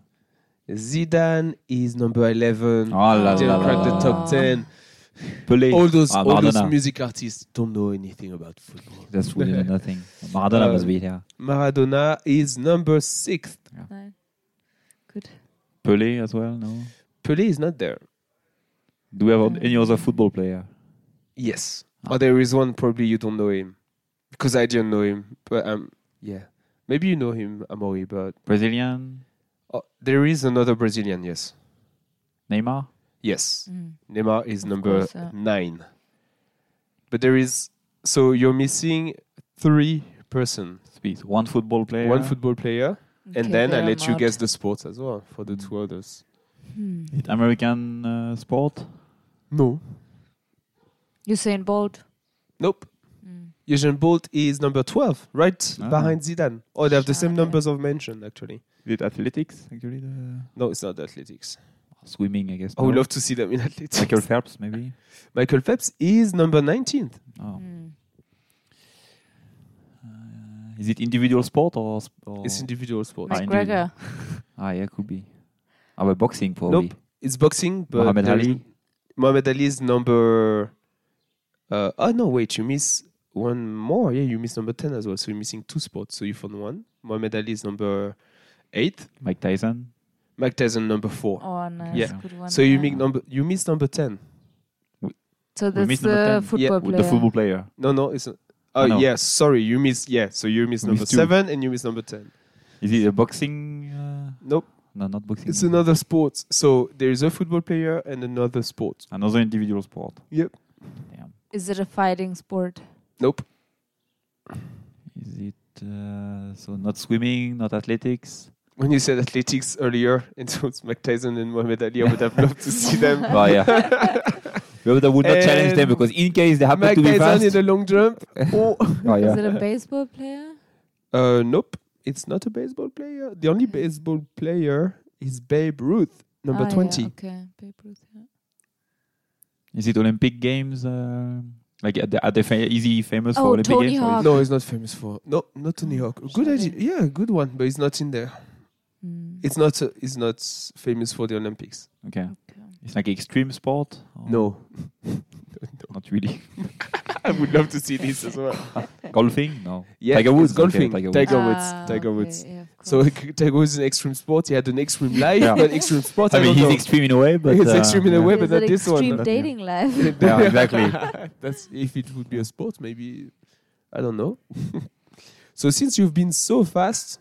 Speaker 1: Zidane is number eleven.
Speaker 2: Oh, la,
Speaker 1: Didn't
Speaker 2: la, la,
Speaker 1: crack the
Speaker 2: la.
Speaker 1: top ten.
Speaker 2: Pelé.
Speaker 1: All those,
Speaker 2: Ah,
Speaker 1: all those
Speaker 2: Maradona.
Speaker 1: music artists don't know anything about football.
Speaker 2: That's really nothing. Maradona
Speaker 1: Uh,
Speaker 2: must be there.
Speaker 1: Maradona is number sixth.
Speaker 3: Nice. Good.
Speaker 2: Pelé as well, no?
Speaker 1: Pelé is not there.
Speaker 2: Do we have any other football player?
Speaker 1: Yes. Or there is one probably you don't know him because I didn't know him. But um, yeah, maybe you know him, Amori. But
Speaker 2: Brazilian?
Speaker 1: oh, there is another Brazilian. Yes,
Speaker 2: Neymar?
Speaker 1: yes.
Speaker 3: Mm.
Speaker 1: Neymar is
Speaker 3: Of
Speaker 1: number
Speaker 3: course, yeah.
Speaker 1: nine. But there is so you're missing three person,
Speaker 2: Speed. One football player?
Speaker 1: one football player, and then I
Speaker 3: Okay,
Speaker 1: let you
Speaker 3: I'm
Speaker 1: guess
Speaker 3: out.
Speaker 1: the sports as well for the
Speaker 2: Mm.
Speaker 1: two others.
Speaker 3: Hmm.
Speaker 2: American uh, sport?
Speaker 1: No,
Speaker 3: Usain Bolt.
Speaker 1: nope.
Speaker 3: Mm.
Speaker 1: Usain Bolt is number twelve, right
Speaker 2: Ah.
Speaker 1: behind Zidane. Oh, they have the same
Speaker 3: Shit.
Speaker 1: numbers of mention actually.
Speaker 2: Is it athletics, actually? The...
Speaker 1: No, it's not athletics.
Speaker 2: Ah, Swimming, I guess.
Speaker 1: I would
Speaker 2: no?
Speaker 1: Oh, love to see them in athletics.
Speaker 2: Michael Phelps, maybe?
Speaker 1: Michael Phelps is number 19th.
Speaker 2: Oh.
Speaker 3: Mm.
Speaker 2: Is it individual sport or, sp- or
Speaker 1: Mm. It's individual sport.
Speaker 2: Right.
Speaker 3: McGregor.
Speaker 2: ah yeah could be. Ah, but boxing probably.
Speaker 1: Nope. It's boxing, but
Speaker 2: Muhammad
Speaker 1: there
Speaker 2: Ali?
Speaker 1: is- Muhammad Ali is number. Uh, oh no! Wait, you miss one more. Yeah, you miss number ten as well. So you're missing two spots. So you found one. Muhammad Ali is number eight.
Speaker 2: Mike Tyson.
Speaker 1: Mike Tyson number four.
Speaker 3: Oh, nice.
Speaker 2: Yeah.
Speaker 3: Good one.
Speaker 1: so you
Speaker 3: yeah.
Speaker 1: make number. You miss number ten.
Speaker 3: So that's
Speaker 2: missed number
Speaker 3: the
Speaker 2: 10.
Speaker 3: football
Speaker 1: Yeah,
Speaker 2: With
Speaker 3: player.
Speaker 2: The football player.
Speaker 1: No, no, it's. Not.
Speaker 2: Oh,
Speaker 1: Oh
Speaker 2: no.
Speaker 1: yeah, sorry. You miss. Yeah, so you miss
Speaker 2: We
Speaker 1: number
Speaker 2: missed two.
Speaker 1: seven and you miss number ten.
Speaker 2: Is it a boxing? Uh,
Speaker 1: Nope,
Speaker 2: no, not boxing.
Speaker 1: it's another sport. So there is a football player and another sport.
Speaker 2: Another individual sport.
Speaker 1: Yep.
Speaker 2: Damn.
Speaker 3: Is it a fighting sport?
Speaker 1: Nope.
Speaker 2: Is it uh, so? Not swimming, not athletics.
Speaker 1: when you said athletics earlier, and so it's Mike Tyson and Muhammad Ali, I would have loved to see them.
Speaker 2: well, yeah. But I would not challenge
Speaker 1: And
Speaker 2: them because in case they happen
Speaker 1: Mike
Speaker 2: to be
Speaker 1: Tyson in
Speaker 2: fast.
Speaker 1: the long jump. Oh.
Speaker 2: Oh,
Speaker 3: Is it a baseball player?
Speaker 1: Uh, nope, it's not a baseball player. The only baseball player is Babe Ruth, number
Speaker 3: Ah, yeah,
Speaker 1: 20.
Speaker 3: okay, Babe Ruth. Yeah.
Speaker 2: Is it Olympic Games? Uh, like are they, are they fa- is he famous for
Speaker 3: Oh,
Speaker 2: Olympic
Speaker 3: Tony
Speaker 2: Games? or is-
Speaker 3: Hawk.
Speaker 1: No, he's not famous for. No, not Tony Hawk. Good
Speaker 3: Sorry.
Speaker 1: idea. Yeah, good one, but he's not in there.
Speaker 3: Mm.
Speaker 1: It's not. It's not famous for the Olympics. Oh.
Speaker 2: Okay,
Speaker 3: Okay.
Speaker 2: it's like extreme sport. or
Speaker 1: No,
Speaker 2: not really.
Speaker 1: I would love to see this as well.
Speaker 2: Golfing? No.
Speaker 1: Yeah,
Speaker 2: Tiger Woods.
Speaker 1: it's golfing.
Speaker 2: Okay, Tiger Woods.
Speaker 1: Tiger Woods.
Speaker 3: Ah,
Speaker 1: Tiger
Speaker 3: okay,
Speaker 1: Woods.
Speaker 3: yeah, of
Speaker 1: So
Speaker 3: course.
Speaker 1: Tiger Woods is an extreme sport. He had an extreme life,
Speaker 2: Yeah.
Speaker 1: but extreme sport. I,
Speaker 2: I mean,
Speaker 1: don't
Speaker 2: he's
Speaker 1: know.
Speaker 2: extreme in a way, but
Speaker 1: He's
Speaker 2: uh,
Speaker 1: extreme in a
Speaker 2: yeah.
Speaker 1: way,
Speaker 3: Is
Speaker 1: but
Speaker 3: it
Speaker 1: not this one.
Speaker 3: extreme
Speaker 2: Not-
Speaker 3: dating life.
Speaker 2: Yeah, exactly.
Speaker 1: That's if it would be a sport, maybe I don't know. so since you've been so fast,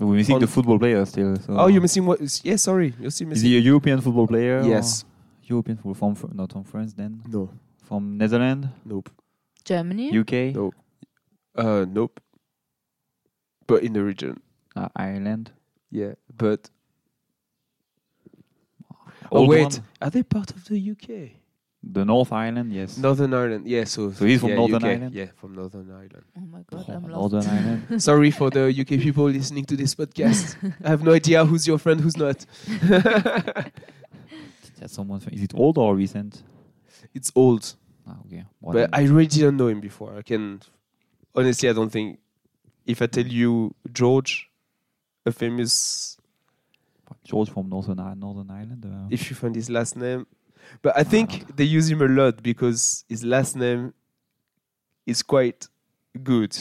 Speaker 2: We're missing
Speaker 1: On-
Speaker 2: the football player still. So.
Speaker 1: oh, you're missing what? Yeah, sorry, you're still
Speaker 2: Is
Speaker 1: missing.
Speaker 2: he a European football player? or-
Speaker 1: yes.
Speaker 2: European football from fr- not from France then
Speaker 1: No.
Speaker 2: from Netherlands,
Speaker 1: Nope.
Speaker 3: Germany.
Speaker 2: UK,
Speaker 1: No. Uh, nope. But in the region.
Speaker 2: uh, Ireland.
Speaker 1: Yeah, but oh
Speaker 2: Old
Speaker 1: wait,
Speaker 2: one.
Speaker 1: are they part of the UK?
Speaker 2: the North Ireland. Yes.
Speaker 1: Northern Ireland. Yeah, so
Speaker 2: So he's from
Speaker 1: yeah,
Speaker 2: Northern
Speaker 1: UK.
Speaker 2: Ireland?
Speaker 1: Yeah, from Northern Ireland.
Speaker 3: Oh my
Speaker 2: Oh,
Speaker 3: god, I'm lost.
Speaker 2: Northern Ireland.
Speaker 1: Sorry for the UK people listening to this podcast. I have no idea who's your friend, who's not.
Speaker 2: That's someone. From, is it old or recent?
Speaker 1: it's old.
Speaker 2: Ah, okay. Well,
Speaker 1: but
Speaker 2: then-
Speaker 1: I really didn't know him before. I can honestly, I don't think if I tell you George, a famous,
Speaker 2: George from Northern I- Northern Ireland. Uh,
Speaker 1: if you find his last name, but I
Speaker 2: don't
Speaker 1: think they use him a lot because his last name is quite good.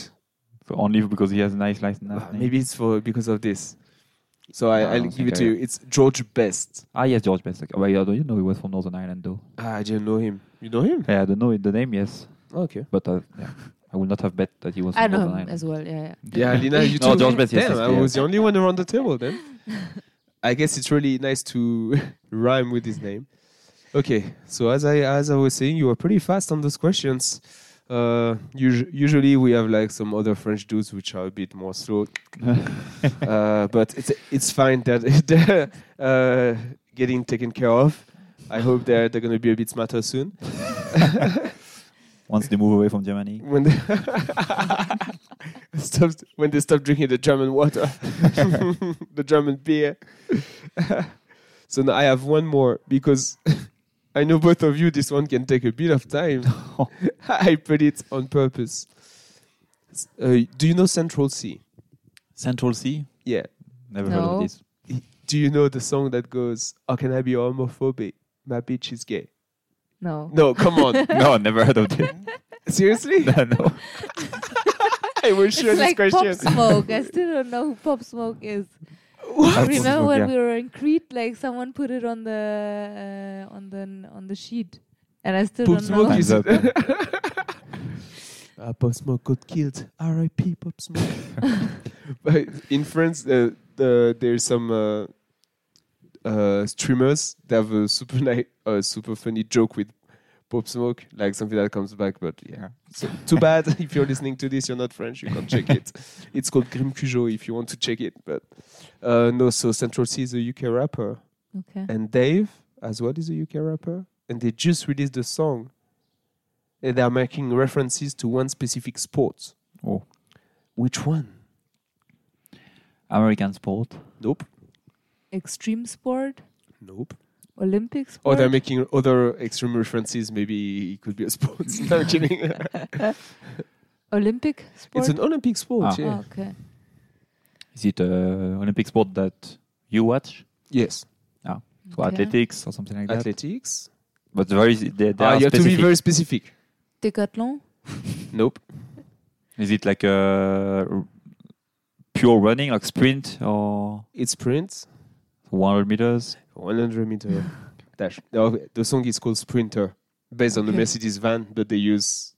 Speaker 2: for- only because he has a nice last
Speaker 1: Uh,
Speaker 2: last name.
Speaker 1: Maybe it's for because of this. So
Speaker 2: No,
Speaker 1: I,
Speaker 2: I
Speaker 1: I'll
Speaker 2: don't
Speaker 1: give
Speaker 2: think
Speaker 1: it to
Speaker 2: I-
Speaker 1: you. It's George Best.
Speaker 2: Ah yes, George Best. Okay. Well, yeah, I don't know he was from Northern Ireland though.
Speaker 1: Ah, I didn't know him. You know him?
Speaker 2: Yeah, I don't know the name. Yes,
Speaker 1: Okay.
Speaker 2: but uh, yeah, I would not have bet that he was
Speaker 3: I
Speaker 2: from
Speaker 3: know
Speaker 2: Northern
Speaker 3: him
Speaker 2: Ireland.
Speaker 3: as well. Yeah,
Speaker 1: Yeah, Lina, you
Speaker 2: No,
Speaker 1: too.
Speaker 2: George Best, yes,
Speaker 1: Damn,
Speaker 2: yes,
Speaker 1: I
Speaker 2: yes.
Speaker 1: was the only one around the table then. I guess it's really nice to rhyme with his name. Okay, so as I as I was saying, you were pretty fast on those questions. Uh, usu- usually we have like some other French dudes which are a bit more slow, uh, but it's it's fine that they're uh, getting taken care of. I hope they're they're gonna be a bit smarter soon.
Speaker 2: Once they move away from Germany.
Speaker 1: when they stop when they stop drinking the German water, the German beer. so now I have one more because I know both of you. This one can take a bit of time. I put it on purpose. S- Uh, do you know Central Sea?
Speaker 2: Central Sea.
Speaker 1: Yeah.
Speaker 2: Never
Speaker 3: No.
Speaker 2: heard of this.
Speaker 1: Do you know the song that goes, "How can I be homophobic? My bitch is gay."
Speaker 3: No.
Speaker 1: No, come on.
Speaker 2: no, never heard of this.
Speaker 1: Seriously?
Speaker 2: no.
Speaker 1: I was sure
Speaker 3: It's
Speaker 1: this
Speaker 3: like Pop
Speaker 1: question.
Speaker 3: Smoke. I still don't know who Pop Smoke is.
Speaker 2: Pop
Speaker 3: Remember
Speaker 2: Smoke,
Speaker 3: when
Speaker 2: yeah.
Speaker 3: we were in Crete? Like someone put it on the uh, on the on the sheet, and I still
Speaker 1: Pop
Speaker 3: don't
Speaker 1: Smoke
Speaker 3: know.
Speaker 1: is
Speaker 2: Time's up.
Speaker 1: Uh, Pop Smoke got killed. R.I.P. Pop Smoke. but in France, uh, the, there's some uh, uh, streamers that have a super ni- uh, super funny joke with Pop Smoke, like something that comes back. But yeah, so, too bad. if you're listening to this, you're not French. You can't check it. It's called Grim Cujo if you want to check it. But uh, no, so Central C is a UK rapper,
Speaker 3: Okay.
Speaker 1: and Dave as well is a UK rapper, and they just released the song. And they are making references to one specific sport.
Speaker 2: Oh.
Speaker 1: Which one?
Speaker 2: American sport.
Speaker 1: Nope.
Speaker 3: Extreme sport,
Speaker 1: Nope.
Speaker 3: Olympic
Speaker 1: Or
Speaker 3: sport.
Speaker 1: Oh, they're making other extreme references. Maybe it could be a sport. no, I'm kidding.
Speaker 3: Olympic sport.
Speaker 1: It's an Olympic sport.
Speaker 2: Ah.
Speaker 1: Yeah.
Speaker 3: Oh, okay.
Speaker 2: Is it uh, Olympic sport that you watch?
Speaker 1: Yes.
Speaker 2: So
Speaker 3: Okay.
Speaker 2: athletics or something like that.
Speaker 1: Athletics.
Speaker 2: But very they, they
Speaker 1: Ah,
Speaker 2: are
Speaker 1: you have to be
Speaker 2: specific.
Speaker 1: very specific.
Speaker 3: Decathlon.
Speaker 1: Nope.
Speaker 2: Is it like uh, r- pure running, like sprint or
Speaker 1: It's sprint.
Speaker 2: 100 meters?
Speaker 1: 100 meter dash. No, the song is called Sprinter, based on the
Speaker 3: Okay.
Speaker 1: Mercedes van, but they use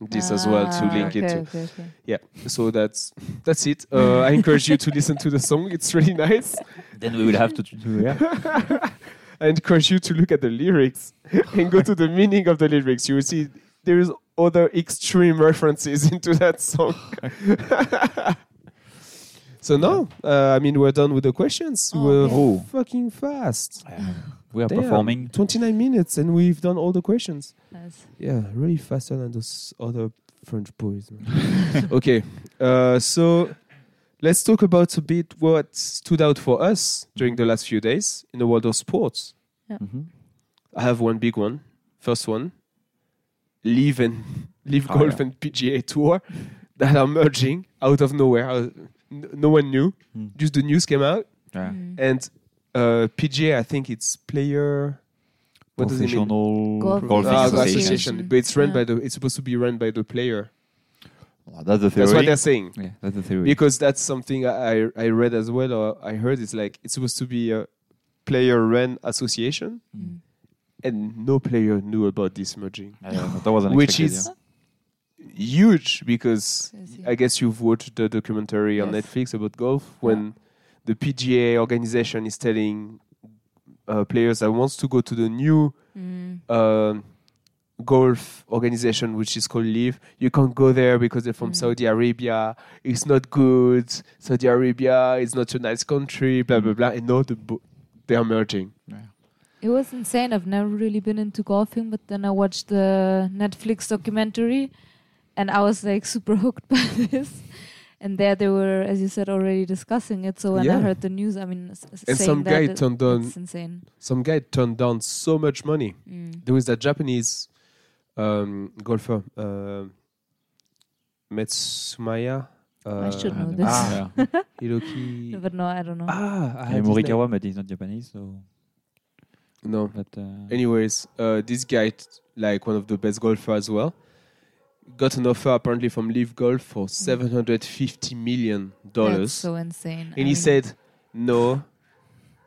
Speaker 1: this as well to
Speaker 3: Ah,
Speaker 1: link it
Speaker 3: okay,
Speaker 1: to.
Speaker 3: okay, okay.
Speaker 1: So that's that's it. Uh, I encourage you to listen to the song. It's really nice.
Speaker 2: Then we will have to do yeah.
Speaker 1: I encourage you to look at the lyrics and go to the meaning of the lyrics. You will see there is other extreme references into that song. so no, uh, I mean we're done with the questions.
Speaker 3: Oh,
Speaker 1: we're
Speaker 3: okay.
Speaker 2: Oh.
Speaker 1: fucking fast.
Speaker 2: We are
Speaker 1: Damn,
Speaker 2: performing.
Speaker 1: 29 minutes and we've done all the questions.
Speaker 3: Nice.
Speaker 1: Yeah, really faster than those other French boys. man. okay, uh, so let's talk about a bit what stood out for us during the last few days in the world of sports.
Speaker 3: Mm-hmm.
Speaker 2: Mhm.
Speaker 1: I have one big one. First one, Live and Live
Speaker 2: Oh,
Speaker 1: Golf
Speaker 2: yeah.
Speaker 1: and PGA Tour that are merging out of nowhere. Uh, n- no one knew.
Speaker 2: Hmm.
Speaker 1: Just the news came out,
Speaker 2: Yeah.
Speaker 3: mm,
Speaker 1: And uh, PGA, I think it's player. What does it mean?
Speaker 2: Professional
Speaker 3: Golf-
Speaker 2: golfing
Speaker 1: Ah,
Speaker 3: Golf
Speaker 2: association.
Speaker 3: Association.
Speaker 1: But it's run
Speaker 3: Yeah.
Speaker 1: by the. It's supposed to be run by the player.
Speaker 2: Well, that's the theory.
Speaker 1: That's what they're saying.
Speaker 2: yeah, that's the theory.
Speaker 1: Because that's something I I I read as well or I heard. It's like it's supposed to be a player run association,
Speaker 2: Mm.
Speaker 1: and no player knew about this merging,
Speaker 2: I don't know, that wasn't
Speaker 1: which is huge because
Speaker 3: Crazy.
Speaker 1: I guess you've watched the documentary on
Speaker 3: Yes.
Speaker 1: Netflix about golf when the PGA organization is telling uh, players that wants to go to the new
Speaker 3: Mm.
Speaker 1: um, golf organization which is called Live. You can't go there because they're from
Speaker 3: Mm.
Speaker 1: Saudi Arabia. It's not good. Saudi Arabia is not a nice country. Blah blah blah. And now the bo- they are merging.
Speaker 3: It was insane. I've never really been into golfing, but then I watched the Netflix documentary and I was like super hooked by this. And there they were, as you said, already discussing it. So when I
Speaker 1: Yeah.
Speaker 3: heard the news, I mean, s- s-
Speaker 1: And
Speaker 3: saying
Speaker 1: some guy
Speaker 3: that, it-
Speaker 1: turned down
Speaker 3: it's insane.
Speaker 1: some guy turned down so much money.
Speaker 3: Mm.
Speaker 1: There was that Japanese um, golfer uh, Metsumaya. Uh,
Speaker 3: I should know
Speaker 2: Yeah.
Speaker 3: this.
Speaker 1: Ah.
Speaker 2: Yeah.
Speaker 1: Hiroki.
Speaker 3: But no, I don't know.
Speaker 1: Ah, I
Speaker 2: Yeah,
Speaker 1: had his name.
Speaker 2: Morikawa, but he's not Japanese, so.
Speaker 1: No.
Speaker 2: But, uh,
Speaker 1: Anyways, uh, this guy, t- like one of the best golfer as well, got an offer apparently from Live Golf for seven hundred fifty million
Speaker 3: Hmm. That's
Speaker 1: dollars,
Speaker 3: so insane. I
Speaker 1: and he
Speaker 3: mean,
Speaker 1: said, "No,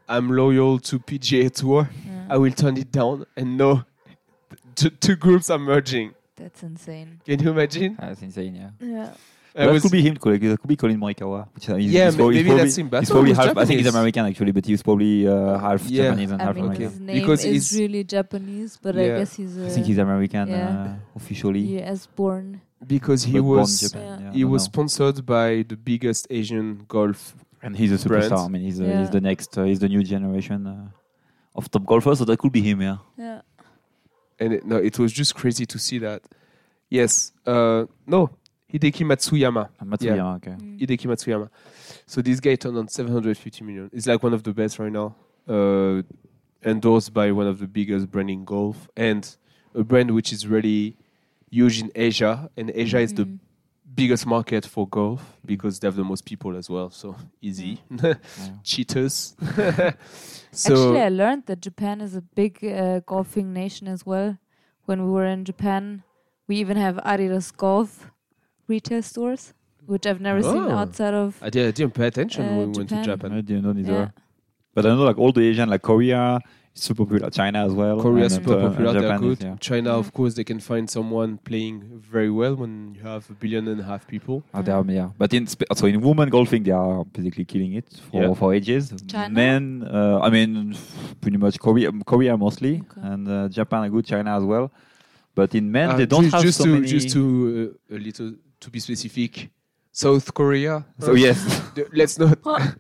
Speaker 1: I'm loyal to PGA Tour.
Speaker 3: yeah,
Speaker 1: I will turn it down." And no, t- two groups are merging.
Speaker 3: that's insane.
Speaker 1: Can you imagine?
Speaker 3: Ah,
Speaker 2: that's insane, yeah.
Speaker 3: Yeah.
Speaker 1: I
Speaker 2: that
Speaker 1: was-
Speaker 2: could be him, could- that could be Colin Morikawa. Which is, he's,
Speaker 1: Euh, Yeah,
Speaker 2: he's
Speaker 1: ma-
Speaker 2: probably,
Speaker 1: maybe
Speaker 2: he's
Speaker 1: that's him, but
Speaker 2: probably, he's
Speaker 1: no,
Speaker 2: probably
Speaker 1: he's
Speaker 2: half, I think he's
Speaker 1: Japanese.
Speaker 2: American actually, but he's probably uh, half
Speaker 1: Yeah.
Speaker 2: Japanese and
Speaker 3: I
Speaker 2: half
Speaker 3: mean,
Speaker 2: American.
Speaker 3: his name
Speaker 1: Because
Speaker 3: is
Speaker 1: he's-
Speaker 3: really Japanese, but I
Speaker 1: Yeah.
Speaker 3: guess he's a
Speaker 2: I think he's American
Speaker 3: yeah.
Speaker 2: uh, officially.
Speaker 3: US born.
Speaker 1: because he
Speaker 2: but born
Speaker 1: was
Speaker 2: Japan,
Speaker 3: Yeah.
Speaker 2: yeah, I
Speaker 1: he
Speaker 2: don't
Speaker 1: was
Speaker 2: know.
Speaker 1: sponsored by the biggest Asian golf.
Speaker 2: and he's a superstar.
Speaker 1: brand.
Speaker 2: I mean, he's, uh,
Speaker 3: Yeah.
Speaker 2: he's the next, uh, he's the new generation uh, of top golfers. So that could be him, yeah.
Speaker 3: Yeah.
Speaker 1: And it, no, it was just crazy to see that. Yes, uh, no, Hideki Matsuyama.
Speaker 2: Uh, Matsuyama, okay.
Speaker 3: Mm.
Speaker 1: Hideki Matsuyama. So this guy turned on 750 million. It's like one of the best right now. Uh, endorsed by one of the biggest brand in golf and a brand which is really huge in Asia. And Asia is the
Speaker 3: Mm.
Speaker 1: biggest market for golf because they have the most people as well. So easy.
Speaker 2: Yeah.
Speaker 1: Cheaters.
Speaker 3: Mm. Actually,
Speaker 1: so
Speaker 3: I learned that Japan is a big uh, golfing nation as well. When we were in Japan, we even have Adidas Golf retail stores, which I've never seen
Speaker 1: Oh.
Speaker 3: outside of.
Speaker 1: I, did, I didn't pay attention
Speaker 3: Uh,
Speaker 1: when we went to
Speaker 3: Japan.
Speaker 1: Japan.
Speaker 2: I didn't know neither.
Speaker 3: Yeah.
Speaker 2: But I know like all the Asian, like Korea, is super popular. China as well.
Speaker 1: Korea
Speaker 2: and,
Speaker 1: is super
Speaker 2: uh, and
Speaker 1: popular. They're
Speaker 2: Japan is,
Speaker 1: good.
Speaker 2: yeah.
Speaker 1: China,
Speaker 3: Mm.
Speaker 1: of course, they can find someone playing very well when you have a billion and a half people.
Speaker 2: Oh, they are, yeah. But in sp- so in women golfing, they are basically killing it for,
Speaker 1: Yeah.
Speaker 2: for ages.
Speaker 3: China?
Speaker 2: Men, uh, I mean, pretty much Korea, Korea mostly,
Speaker 3: Okay.
Speaker 2: and uh, Japan are good, China as well. But in men,
Speaker 1: Uh,
Speaker 2: they don't
Speaker 1: just,
Speaker 2: have
Speaker 1: just
Speaker 2: so
Speaker 1: to
Speaker 2: many.
Speaker 1: just to uh, a little to be specific. South Korea.
Speaker 2: so yes,
Speaker 1: D- let's not.
Speaker 2: I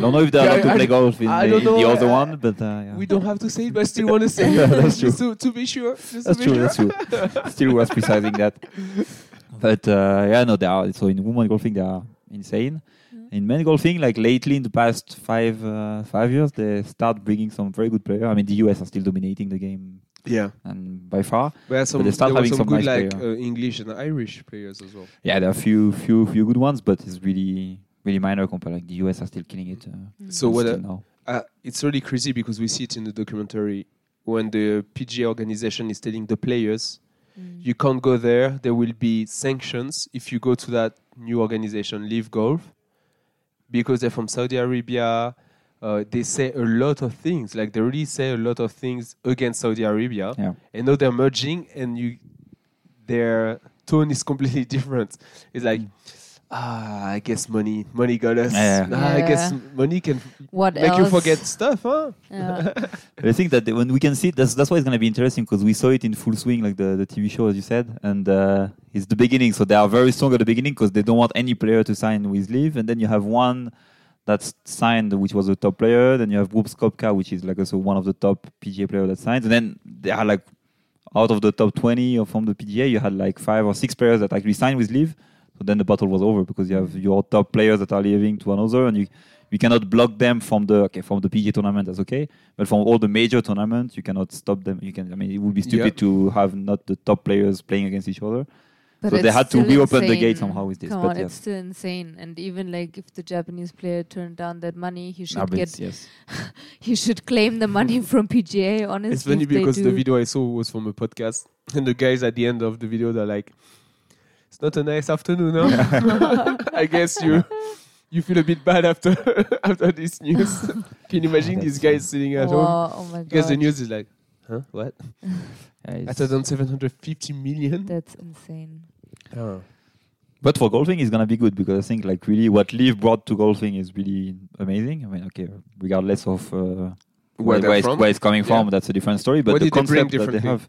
Speaker 2: don't know if they are
Speaker 1: Yeah,
Speaker 2: allowed to
Speaker 1: I-
Speaker 2: play golf in
Speaker 1: I
Speaker 2: the,
Speaker 1: don't
Speaker 2: in the
Speaker 1: know,
Speaker 2: other
Speaker 1: uh,
Speaker 2: one, but uh, yeah.
Speaker 1: We don't have to say it, but I still want to say it.
Speaker 2: That's
Speaker 1: Just to, to be sure. Just
Speaker 2: that's
Speaker 1: to be
Speaker 2: true.
Speaker 1: Sure.
Speaker 2: That's true. Still worth precising that. But uh, yeah, no, they are so in women golfing they are insane.
Speaker 1: Mm-hmm.
Speaker 2: In men golfing, like lately in the past five uh, five years, they start bringing some very good players. I mean, the US are still dominating the game
Speaker 1: Yeah.
Speaker 2: and by far.
Speaker 1: But some,
Speaker 2: they start
Speaker 1: there were
Speaker 2: having
Speaker 1: some,
Speaker 2: some
Speaker 1: good
Speaker 2: nice
Speaker 1: like
Speaker 2: player.
Speaker 1: uh, English and Irish players as well.
Speaker 2: Yeah, there are few few few good ones, but it's really really minor compared. Like the US are still killing it. Uh,
Speaker 1: So what?
Speaker 2: still
Speaker 1: I-
Speaker 2: now.
Speaker 1: uh, it's really crazy because we see it in the documentary when the PGA organization is telling the players,
Speaker 3: Mm-hmm.
Speaker 1: you can't go there. There will be sanctions if you go to that new organization, Leave Golf, because they're from Saudi Arabia. Uh, they say a lot of things, like they really say a lot of things against Saudi Arabia.
Speaker 2: Yeah.
Speaker 1: And now they're merging, and you, their tone is completely different. It's like, ah, I guess money, money got us.
Speaker 2: Yeah.
Speaker 1: Ah, I guess
Speaker 3: Yeah.
Speaker 1: money can
Speaker 3: What
Speaker 1: make
Speaker 3: else?
Speaker 1: you forget stuff, huh?
Speaker 3: Yeah.
Speaker 2: But I think that when we can see it, that's, that's why it's going to be interesting because we saw it in full swing, like the, the TV show, as you said. And uh, it's the beginning. So they are very strong at the beginning because they don't want any player to sign with Leave. And then you have one that's signed, which was a top player. Then you have Whoops Kopka, which is like also one of the top PGA player that signs. And then they are like out of the top 20 or from the PGA, you had like five or six players that actually signed with Leave. So then the battle was over because you have your top players that are leaving to another, and you you cannot block them from the okay from the PGA tournament. That's okay, but from all the major tournaments, you cannot stop them. You can. I mean, it would be stupid
Speaker 1: Yeah.
Speaker 2: to have not the top players playing against each other.
Speaker 3: But
Speaker 2: So they
Speaker 3: it's
Speaker 2: had to
Speaker 3: still
Speaker 2: reopen the gate
Speaker 3: insane.
Speaker 2: somehow with this,
Speaker 3: Come
Speaker 2: but
Speaker 3: on,
Speaker 2: yes.
Speaker 3: it's still insane. And even like if the Japanese player turned down that money, he should
Speaker 2: Ah, but
Speaker 3: get
Speaker 2: yes.
Speaker 3: he should claim the money from PGA. Honestly,
Speaker 1: It's funny
Speaker 3: if they
Speaker 1: because the
Speaker 3: do.
Speaker 1: video I saw was from a podcast, and the guys at the end of the video they're like, "It's not a nice afternoon, huh? I guess you you feel a bit bad after after this news. Can you imagine these
Speaker 2: That's-
Speaker 1: guys sitting at home?
Speaker 3: Wow, oh my god,
Speaker 1: Because the news is like, huh, what?
Speaker 2: Yeah, it's-
Speaker 1: That's around 750 million.
Speaker 3: that's insane.
Speaker 1: Oh.
Speaker 2: But for golfing, it's gonna be good because I think like really what Liv brought to golfing is really amazing. I mean, okay, regardless of uh, where,
Speaker 1: they're
Speaker 2: where, it's,
Speaker 1: from?
Speaker 2: where it's coming from,
Speaker 1: Yeah.
Speaker 2: that's a different story. But
Speaker 1: What
Speaker 2: the
Speaker 1: did they bring
Speaker 2: concept that they
Speaker 1: differently?
Speaker 2: have,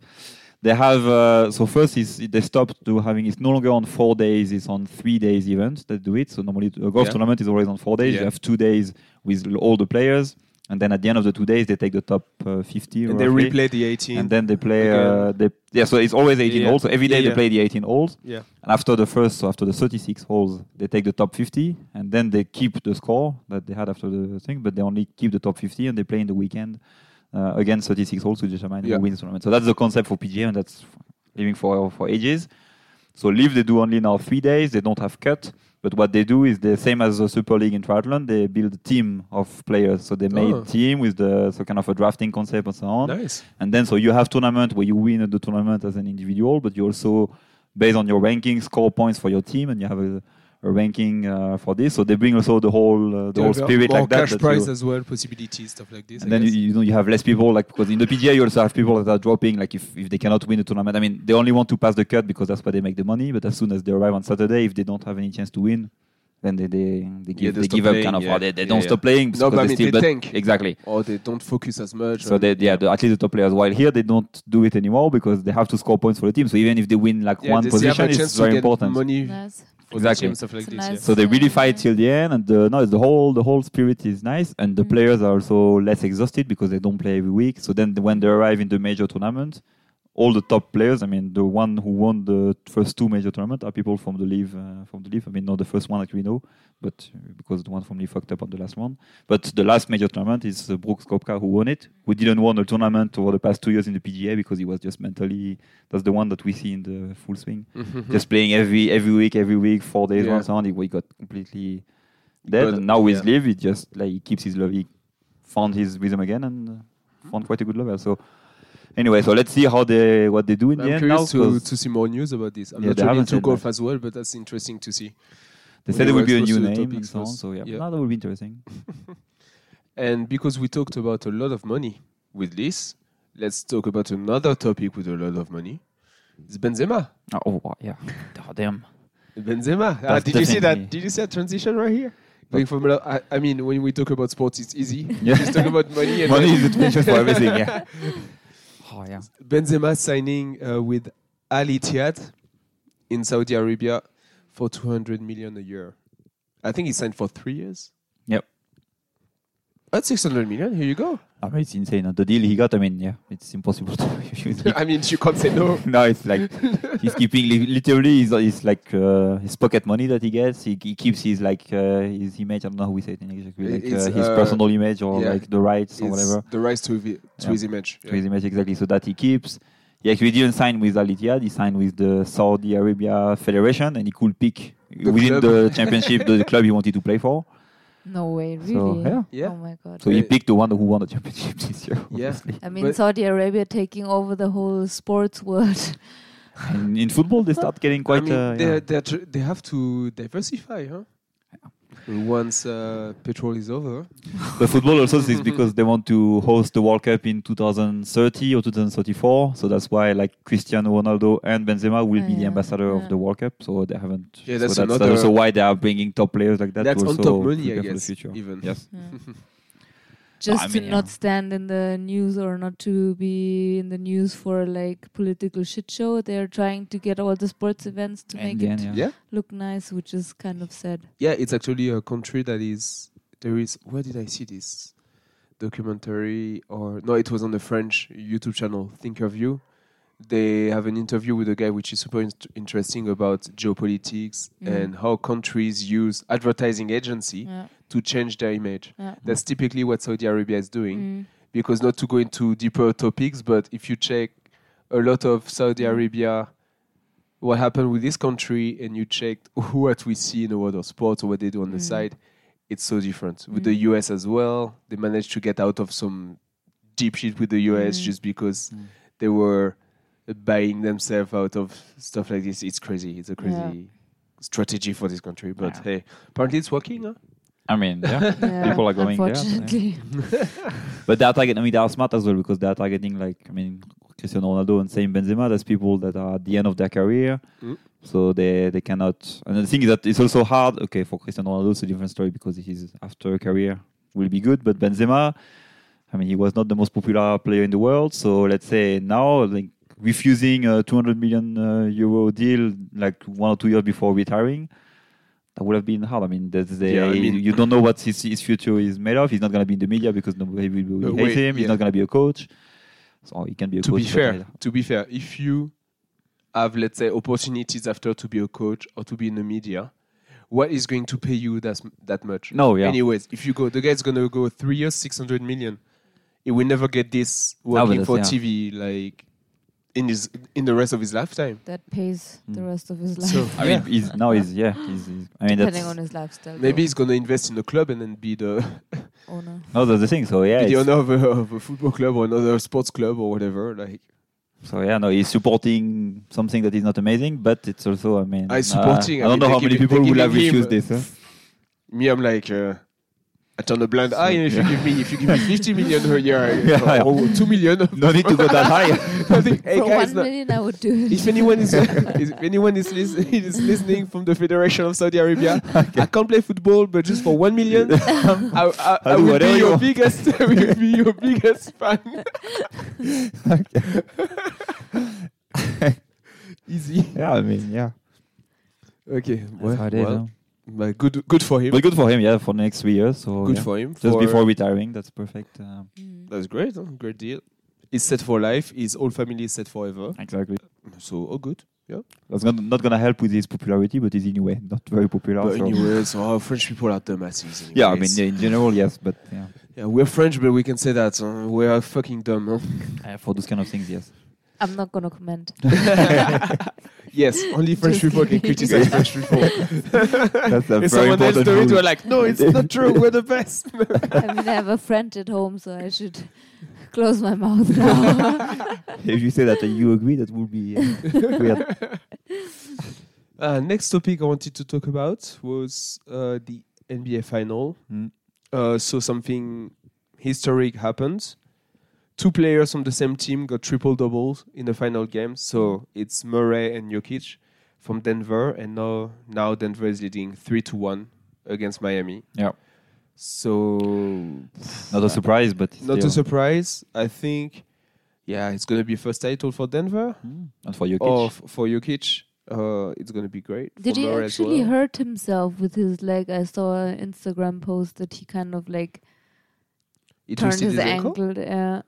Speaker 2: they have. Uh, so first is they stopped to having it's no longer on four days; it's on three days event that do it. So normally a golf
Speaker 1: Yeah.
Speaker 2: tournament is always on four days. You
Speaker 1: Yeah.
Speaker 2: have two days with l- all the players, and then at the end of the two days, they take the top uh, fifty.
Speaker 1: And they
Speaker 2: roughly.
Speaker 1: replay the 18.
Speaker 2: And then they play.
Speaker 1: Again.
Speaker 2: Uh, they, yeah, so it's always 18
Speaker 1: Yeah.
Speaker 2: holes. So every day
Speaker 1: Yeah,
Speaker 2: they
Speaker 1: yeah.
Speaker 2: play the 18 holes.
Speaker 1: Yeah.
Speaker 2: And after the first, so after the 36 holes, they take the top 50, and then they keep the score that they had after the thing, but they only keep the top 50, and they play in the weekend uh, again 36 holes to determine
Speaker 1: Yeah.
Speaker 2: who wins the tournament. So that's the concept for PGA, and that's f- living for for ages. So live they do only now three days. They don't have cut. But what they do is the same as the Super League in triathlon. They build a team of players. So they made
Speaker 1: Oh.
Speaker 2: team with the so kind of a drafting concept and so on.
Speaker 1: nice.
Speaker 2: And then so you have tournament where you win at the tournament as an individual, but you also based on your ranking score points for your team, and you have a, a ranking uh, for this. So they bring also the whole uh, the whole spirit
Speaker 1: More
Speaker 2: like that.
Speaker 1: cash
Speaker 2: that
Speaker 1: prize
Speaker 2: you-
Speaker 1: as well, possibilities, stuff like this. I
Speaker 2: and then you,
Speaker 1: guess.
Speaker 2: you know you have less people like because in the PGA you also have people that are dropping like if, if they cannot win the tournament. I mean they only want to pass the cut because that's where they make the money. But as soon as they arrive on Saturday, if they don't have any chance to win, then they they, they give,
Speaker 1: they
Speaker 2: they
Speaker 1: stop
Speaker 2: give up
Speaker 1: playing,
Speaker 2: kind of
Speaker 1: yeah.
Speaker 2: or they, they
Speaker 1: Yeah,
Speaker 2: don't
Speaker 1: yeah.
Speaker 2: stop playing
Speaker 1: No,
Speaker 2: because
Speaker 1: but I
Speaker 2: they
Speaker 1: mean,
Speaker 2: still
Speaker 1: they
Speaker 2: but
Speaker 1: tank.
Speaker 2: exactly
Speaker 1: or they don't focus as much.
Speaker 2: so
Speaker 1: on-
Speaker 2: they, yeah, the, at least the top players. While here they don't do it anymore because they have to score points for the team. So even if they win like
Speaker 1: Yeah,
Speaker 2: one
Speaker 1: they still have a
Speaker 2: position,
Speaker 1: chance
Speaker 2: it's
Speaker 1: to
Speaker 2: very
Speaker 1: get
Speaker 2: important.
Speaker 1: Money
Speaker 3: Nice.
Speaker 1: for the
Speaker 2: Exactly.
Speaker 1: team, stuff like
Speaker 3: It's a
Speaker 1: this.
Speaker 3: nice-
Speaker 2: So they really fight
Speaker 3: Yeah.
Speaker 2: till the end, and the, no, it's the whole the whole spirit is nice, and the
Speaker 3: Mm.
Speaker 2: players are also less exhausted because they don't play every week. So then when they arrive in the major tournament, all the top players, I mean, the one who won the first two major tournament are people from the leave uh, from the leave. I mean, not the first one that we know, but uh, because the one from leave fucked up on the last one. But the last major tournament is uh, Brooks Koepka who won it, who didn't won a tournament over the past two years in the PGA because he was just mentally. That's the one that we see in the full swing
Speaker 1: Yeah. Mhm.
Speaker 2: just playing every every week, every week, four days
Speaker 1: Yeah.
Speaker 2: once on. He, we got completely dead.
Speaker 1: Got-
Speaker 2: and now with
Speaker 1: yeah.
Speaker 2: Liv, he just like he keeps his love. He found his rhythm again and
Speaker 1: Hmm.
Speaker 2: uh, found quite a good level. So anyway, so let's see how they what they do in the
Speaker 1: I'm
Speaker 2: end now.
Speaker 1: curious to,
Speaker 2: 'cause
Speaker 1: to see more news about this. I'm
Speaker 2: Yeah,
Speaker 1: not
Speaker 2: they
Speaker 1: really
Speaker 2: haven't
Speaker 1: into
Speaker 2: said
Speaker 1: golf as well, but that's interesting to see.
Speaker 2: they
Speaker 1: they
Speaker 2: said it
Speaker 1: were
Speaker 2: would be a
Speaker 1: exposed
Speaker 2: new
Speaker 1: to the
Speaker 2: name and
Speaker 1: topics
Speaker 2: so on.
Speaker 1: first.
Speaker 2: So yeah,
Speaker 1: Yeah.
Speaker 2: No, that would be interesting.
Speaker 1: And because we talked about a lot of money with this, let's talk about another topic with a lot of money. It's Benzema.
Speaker 2: Oh, oh wow, yeah, oh, damn.
Speaker 1: Benzema. Ah,
Speaker 2: That's
Speaker 1: did you see that?
Speaker 2: definitely-
Speaker 1: Did you see that transition right here? Going from, lo- I, I mean, when we talk about sports, it's easy.
Speaker 2: Yeah.
Speaker 1: Just talk about money. And
Speaker 2: Money is the solution for everything. Yeah. Oh yeah.
Speaker 1: Benzema signing uh, with Al Ittihad in Saudi Arabia for 200 million a year. I think he signed for three years.
Speaker 2: Yep.
Speaker 1: That's 600 million. Here you go.
Speaker 2: I mean, it's insane. And The deal he got, I mean, yeah, it's impossible to refuse.
Speaker 1: I mean, you can't say no.
Speaker 2: no, it's like he's keeping li- literally his, his like uh, his pocket money that he gets. He, he keeps his like uh, his image. I don't know how we say it in English. Like,
Speaker 1: It's,
Speaker 2: uh, his
Speaker 1: uh,
Speaker 2: personal image or
Speaker 1: yeah.
Speaker 2: like the rights or
Speaker 1: It's
Speaker 2: whatever
Speaker 1: The rights to, vi- to
Speaker 2: Yeah.
Speaker 1: his image.
Speaker 2: to his image exactly. So that he keeps. He actually didn't sign with Al Ittihad. He signed with the Saudi Arabia Federation, and he could pick
Speaker 1: The
Speaker 2: within
Speaker 1: club.
Speaker 2: the championship the club he wanted to play for.
Speaker 3: No way, really.
Speaker 2: So yeah.
Speaker 1: Yeah.
Speaker 3: Oh my god.
Speaker 2: So he
Speaker 1: Uh,
Speaker 2: picked the one who won the championship this year.
Speaker 1: Yeah.
Speaker 2: obviously.
Speaker 3: I mean,
Speaker 1: But-
Speaker 3: Saudi Arabia taking over the whole sports world.
Speaker 2: And in football, they start getting quite.
Speaker 1: I mean,
Speaker 2: uh,
Speaker 1: they
Speaker 2: yeah.
Speaker 1: they tr- they have to diversify, huh? Once uh, petrol is over,
Speaker 2: But football also
Speaker 3: Mm-hmm.
Speaker 2: is because they want to host the World Cup in 2030 or 2034. So that's why like Cristiano Ronaldo and Benzema will be the
Speaker 3: Yeah,
Speaker 2: ambassador
Speaker 3: yeah.
Speaker 2: of the World Cup. So they haven't.
Speaker 1: Yeah, that's
Speaker 2: so that's,
Speaker 1: another-
Speaker 2: also why they are bringing top players like that.
Speaker 1: that's
Speaker 2: to
Speaker 1: on
Speaker 2: also
Speaker 1: top money, I
Speaker 2: prepare for the
Speaker 1: guess.
Speaker 2: future.
Speaker 1: Even
Speaker 2: Yes.
Speaker 3: Yeah. Just
Speaker 2: I
Speaker 3: to
Speaker 2: mean,
Speaker 3: not
Speaker 2: yeah.
Speaker 3: stand in the news or not to be in the news for like political shit show. They're trying to get all the sports events to
Speaker 2: And
Speaker 3: make
Speaker 2: then,
Speaker 3: it
Speaker 2: yeah.
Speaker 1: yeah,
Speaker 3: look nice, which is kind of sad.
Speaker 1: yeah. It's actually a country that is there is. Where did I see this documentary? Or no, it was on the French YouTube channel Think of You. They have an interview with a guy which is super in- interesting about geopolitics
Speaker 3: Mhm.
Speaker 1: and how countries use advertising agency
Speaker 3: Yeah.
Speaker 1: to change their image.
Speaker 3: Yeah.
Speaker 1: That's typically what Saudi Arabia is doing.
Speaker 3: Mm.
Speaker 1: because not to go
Speaker 3: Mm.
Speaker 1: into deeper topics, but if you check a lot of Saudi Arabia what happened with this country and you checked what we see in the world of sports or what they do on the
Speaker 3: Mm.
Speaker 1: side, it's so different. With
Speaker 3: Mm.
Speaker 1: the US as well, they managed to get out of some deep shit with the US
Speaker 3: Mm.
Speaker 1: just because
Speaker 2: Mm.
Speaker 1: they were buying themselves out of stuff like this. It's crazy. It's a crazy strategy for this country. But
Speaker 2: Yeah.
Speaker 1: hey, apparently it's working. Huh?
Speaker 2: I mean, yeah.
Speaker 3: Yeah,
Speaker 2: People are going there, but, yeah.
Speaker 3: Unfortunately,
Speaker 2: but they are targeting. I mean, they are smart as well because they are targeting like I mean, Cristiano Ronaldo and same Benzema. That's people that are at the end of their career,
Speaker 1: Mm.
Speaker 2: so they they cannot. And the thing is that it's also hard. Okay, for Cristiano Ronaldo, it's a different story because his after career will be good. But Benzema, I mean, he was not the most popular player in the world. So let's say now, like refusing a 200 million uh, euro deal like one or two years before retiring. That would have been hard. I mean, that's the,
Speaker 1: Yeah, I mean-
Speaker 2: you don't know what his, his future is made of. He's not going to be in the media because nobody will
Speaker 1: Uh,
Speaker 2: hate
Speaker 1: wait,
Speaker 2: him.
Speaker 1: yeah.
Speaker 2: He's not going to be a coach. So he can be a
Speaker 1: to
Speaker 2: coach.
Speaker 1: be
Speaker 2: but
Speaker 1: fair,
Speaker 2: I-
Speaker 1: to be fair, if you have let's say opportunities after to be a coach or to be in the media, what is going to pay you that that much?
Speaker 2: No, yeah.
Speaker 1: Anyways, if you go, the guy's gonna go three years, six hundred million. He will never get this working
Speaker 2: that's-
Speaker 1: for
Speaker 2: yeah.
Speaker 1: TV like in his in the rest of his lifetime.
Speaker 3: that pays the
Speaker 2: Mm.
Speaker 3: rest of his life,
Speaker 1: So
Speaker 2: I mean, he's now he's yeah. He's, he's, I mean,
Speaker 3: depending
Speaker 2: that's
Speaker 3: on his lifestyle.
Speaker 1: maybe he's gonna invest in a club and then be the
Speaker 3: though, owner.
Speaker 2: no, that's the thing. So yeah,
Speaker 1: be the
Speaker 2: it's-
Speaker 1: owner of a, of a football club or another sports club or whatever. Like
Speaker 2: so yeah, no, he's supporting something that is not amazing, but it's also I mean,
Speaker 1: I Ah, supporting.
Speaker 2: uh, I
Speaker 1: mean,
Speaker 2: don't know
Speaker 1: they
Speaker 2: how many
Speaker 1: give it-
Speaker 2: people
Speaker 1: they
Speaker 2: will
Speaker 1: give
Speaker 2: have
Speaker 1: him-
Speaker 2: refused this. Huh?
Speaker 1: me, I'm like, uh, I turn a blind
Speaker 2: So-
Speaker 1: eye. And if you give me, if you give me 50 million a year,
Speaker 2: Yeah,
Speaker 1: uh,
Speaker 2: yeah.
Speaker 1: or two million,
Speaker 2: No need to go that high.
Speaker 1: I think, hey
Speaker 3: For
Speaker 1: guys,
Speaker 3: one
Speaker 1: no-
Speaker 3: million, I would do it.
Speaker 1: if anyone is if anyone is, lis- is listening from the Federation of Saudi Arabia, I can't play football, but just for one million, um, I, I, I
Speaker 2: I'll do
Speaker 1: will
Speaker 2: whatever
Speaker 1: be
Speaker 2: you
Speaker 1: your
Speaker 2: want.
Speaker 1: biggest, I will be your biggest fan. Easy.
Speaker 2: yeah, I mean, yeah.
Speaker 1: Okay.
Speaker 2: That's how it is, huh?
Speaker 1: but good, good for him.
Speaker 2: But good for him, yeah, for the next three years. So
Speaker 1: Good
Speaker 2: yeah.
Speaker 1: for him.
Speaker 2: just
Speaker 1: for-
Speaker 2: before retiring, that's perfect. Uh,
Speaker 3: Mm.
Speaker 1: That's great. Huh? Great deal. It's set for life. His whole family is set forever.
Speaker 2: exactly.
Speaker 1: So all good.
Speaker 2: That's not, not gonna help with his popularity, but he's anyway not very popular.
Speaker 1: But
Speaker 2: so-
Speaker 1: anyways, oh, French people are dumbasses. Anyways.
Speaker 2: Yeah, I mean, yeah, in general, yes, but yeah,
Speaker 1: Yeah, we're French, but we can say that huh? we are fucking dumb. Huh?
Speaker 2: Uh, for those kind of things, yes.
Speaker 3: I'm not gonna comment.
Speaker 1: yes, only French
Speaker 3: Just
Speaker 1: people can
Speaker 3: kidding.
Speaker 1: criticize French people.
Speaker 2: That's a
Speaker 1: if
Speaker 2: very
Speaker 1: someone else
Speaker 2: important
Speaker 1: do it,
Speaker 2: rule.
Speaker 1: we're like, no, it's not true. We're the best.
Speaker 3: I mean, I have a friend at home, so I should close my mouth now.
Speaker 2: If you say that and you agree, that would be uh, weird.
Speaker 1: Uh, next topic I wanted to talk about was uh, the NBA final.
Speaker 2: Mm.
Speaker 1: Uh, so something historic happened. Two players from the same team got triple doubles in the final game. So it's Murray and Jokic from Denver, and now now Denver is leading three to one against Miami.
Speaker 2: Yeah.
Speaker 1: So
Speaker 2: Not a surprise, but
Speaker 1: not
Speaker 2: still.
Speaker 1: a surprise. I think, yeah, it's going to be first title for Denver
Speaker 2: Mm. And for Jokic,
Speaker 1: or f- for Jokic. Uh, it's going to be great.
Speaker 3: Did
Speaker 1: for
Speaker 3: he
Speaker 1: Murray as
Speaker 3: actually
Speaker 1: well.
Speaker 3: hurt himself with his leg? I saw an Instagram post that he kind of like
Speaker 1: He
Speaker 3: turned
Speaker 1: twisted
Speaker 3: his ankle, uh,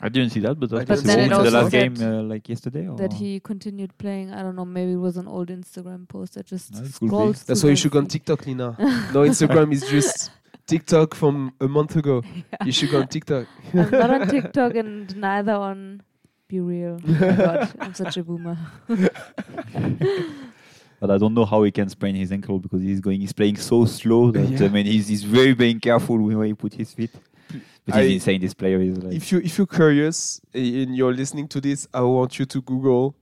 Speaker 2: I didn't see that, but
Speaker 1: I
Speaker 2: that
Speaker 1: didn't
Speaker 2: was
Speaker 1: see it
Speaker 2: the
Speaker 1: also.
Speaker 2: last
Speaker 3: That-
Speaker 2: game uh, like yesterday. Or?
Speaker 3: that he continued playing. I don't know. Maybe it was an old Instagram post. I just
Speaker 2: Ah, it could be.
Speaker 3: scrolled.
Speaker 1: That's why
Speaker 3: through
Speaker 1: you
Speaker 3: my
Speaker 1: should go on
Speaker 3: feed.
Speaker 1: TikTok, Nina. no, Instagram is just TikTok from a month ago. You should go on TikTok.
Speaker 3: I'm not on TikTok and neither on Be Real. Oh my God, I'm such a boomer.
Speaker 2: But I don't know how he can sprain his ankle because he's going, he's playing so slow that
Speaker 1: Yeah.
Speaker 2: I mean, he's, he's very being careful where he put his feet. But
Speaker 1: I-
Speaker 2: he's insane. This player is like
Speaker 1: If you if you're curious a- and you're listening to this, I want you to Google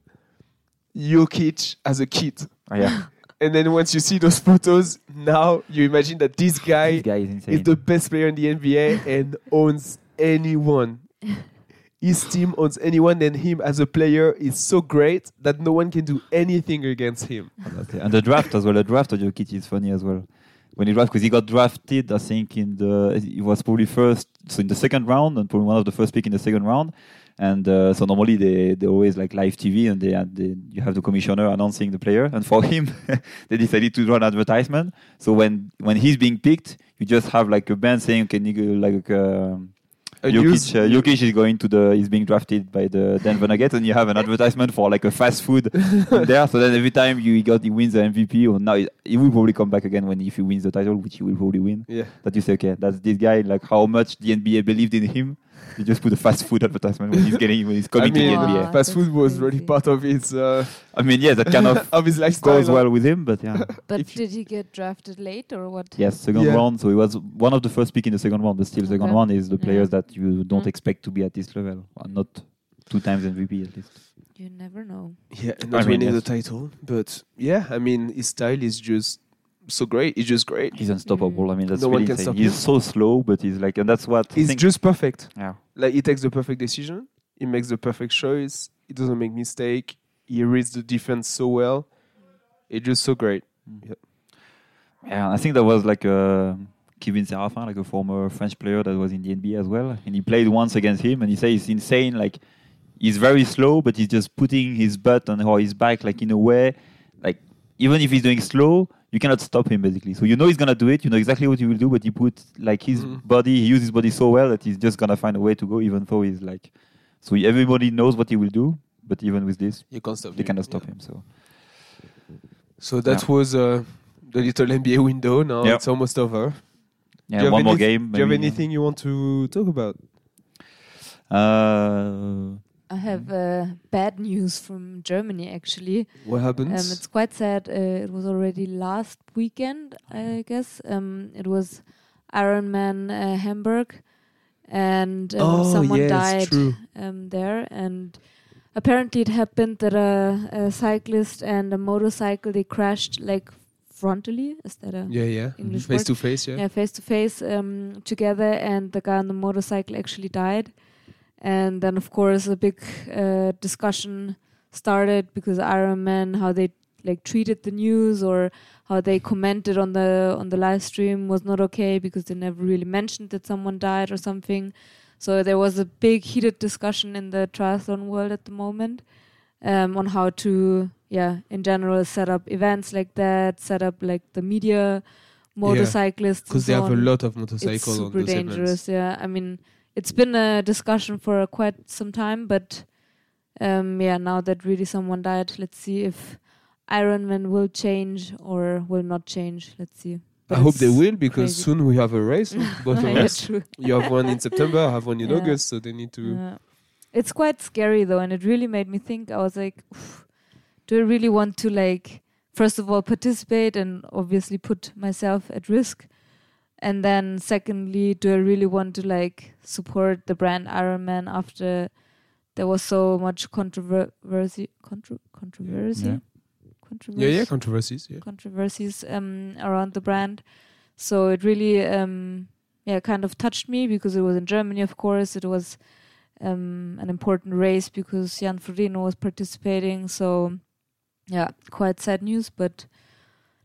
Speaker 1: Jokic as a kid.
Speaker 2: Oh, yeah,
Speaker 1: And then once you see those photos, now you imagine that this guy
Speaker 2: this guy is insane.
Speaker 1: is the best player in the NBA and owns anyone. His team owns anyone, and him as a player is so great that no one can do anything against him.
Speaker 2: Okay, And the draft as well. The draft of Jokic is funny as well. When he drafted, because he got drafted, I think in the he was probably first, so in the second round, and probably one of the first pick in the second round. And uh, so normally they they always like live TV, and they, had the you have the commissioner announcing the player. And for him, they decided to run advertisement. So when when he's being picked, you just have like a band saying, "Okay, nigga, like." Um,
Speaker 1: A news-
Speaker 2: Jokic, uh, Jokic is going to the is being drafted by the Denver Nuggets, and you have an advertisement for like a fast food there. So then every time you got he wins the MVP, or now he, he will probably come back again when if he wins the title, which he will probably win.
Speaker 1: yeah.
Speaker 2: That you say, okay, that's this guy. Like how much the NBA believed in him You just put a fast food advertisement when he's getting when he's
Speaker 1: I
Speaker 2: coming
Speaker 1: mean,
Speaker 2: to the
Speaker 3: Wow.
Speaker 2: NBA.
Speaker 1: fast food was
Speaker 3: crazy.
Speaker 1: really part of his uh,
Speaker 2: I mean, yeah, that kind of
Speaker 1: of his lifestyle.
Speaker 2: goes well with him, but yeah.
Speaker 3: But
Speaker 1: If you-
Speaker 3: did he get drafted late or what?
Speaker 2: Yes, second
Speaker 1: Yeah.
Speaker 2: round. So he was one of the first pick in the second round, but still, second
Speaker 3: Okay.
Speaker 2: round is the
Speaker 3: Yeah.
Speaker 2: players that you don't
Speaker 3: Mm.
Speaker 2: expect to be at this level, Well, not two times MVP at least.
Speaker 3: You never know.
Speaker 1: Yeah, not
Speaker 2: mean,
Speaker 1: winning
Speaker 2: yes.
Speaker 1: the title, but yeah, I mean his style is just so great. It's just great.
Speaker 2: He's unstoppable. I mean, that's
Speaker 1: No one
Speaker 2: really
Speaker 1: can
Speaker 2: insane.
Speaker 1: stop
Speaker 2: He's
Speaker 1: him.
Speaker 2: so slow, but he's like, and that's what I
Speaker 1: He's
Speaker 2: think-
Speaker 1: just perfect.
Speaker 2: yeah.
Speaker 1: Like he takes the perfect decision. He makes the perfect choice. He doesn't make mistake. He reads the defense so well. It's just so great.
Speaker 2: Mm. Yeah, I think that was like uh, Kevin Serafin, like a former French player that was in the NBA as well, and he played once against him, and he said it's insane. Like he's very slow, but he's just putting his butt on or his back, like in a way, like even if he's doing slow, you cannot stop him basically. So you know he's gonna do it. You know exactly what he will do, but he put like his
Speaker 1: Mhm.
Speaker 2: body, he uses his body so well that he's just gonna find a way to go, even though he's like. So everybody knows what he will do, but even with this,
Speaker 1: You can't stop.
Speaker 2: they cannot stop him. So
Speaker 1: So that was uh, the little NBA window. Now
Speaker 2: Yeah.
Speaker 1: it's almost over. Do
Speaker 2: yeah,
Speaker 1: you have
Speaker 2: one more
Speaker 1: anyth-
Speaker 2: game.
Speaker 1: Do you have
Speaker 2: maybe.
Speaker 1: anything you want to talk about?
Speaker 2: Uh,
Speaker 3: I have uh, bad news from Germany actually.
Speaker 1: What
Speaker 3: Um,
Speaker 1: happens?
Speaker 3: it's quite sad. Uh, it was already last weekend, I guess. Um, it was Ironman uh, Hamburg, and um, someone died
Speaker 1: Oh, true.
Speaker 3: um, there. And apparently, it happened that a, a cyclist and a motorcycle they crashed like frontally. Is that a
Speaker 1: Yeah, yeah.
Speaker 3: English
Speaker 1: face
Speaker 3: word.
Speaker 1: to face. Yeah.
Speaker 3: yeah, face to face um, together, and the guy on the motorcycle actually died. And then, of course, a big uh, discussion started because Iron Man, how they like treated the news or how they commented on the on the live stream was not okay because they never really mentioned that someone died or something. So there was a big heated discussion in the triathlon world at the moment um, on how to, yeah, in general, set up events like that, set up like the media, motorcyclists, and
Speaker 1: Because they
Speaker 3: so
Speaker 1: have a
Speaker 3: on.
Speaker 1: lot of
Speaker 3: It's
Speaker 1: motorcycles on
Speaker 3: super
Speaker 1: those events.
Speaker 3: dangerous. Yeah, I mean, it's been a discussion for uh, quite some time, but um, yeah, now that really someone died, let's see if Ironman will change or will not change. Let's see. But
Speaker 1: I hope they
Speaker 3: it's-
Speaker 1: will because
Speaker 3: crazy.
Speaker 1: soon we have a race. Both of
Speaker 3: Yeah,
Speaker 1: us.
Speaker 3: true.
Speaker 1: You have one in September. I have one in
Speaker 3: Yeah.
Speaker 1: August. So they need to.
Speaker 3: Yeah. It's quite scary though, and it really made me think. I was like, "Oof, do I really want to like, first of all, participate and obviously put myself at risk, and then secondly, do I really want to like support the brand Iron Man after there was so much controversy, contro- controversy,
Speaker 2: Yeah.
Speaker 1: Yeah, yeah,
Speaker 3: controversy,
Speaker 1: controversies. Yeah.
Speaker 3: controversies um, around the brand. So it really, um, yeah, kind of touched me because it was in Germany, of course. It was um, an important race because Jan Frodeno was participating. So, yeah, quite sad news, but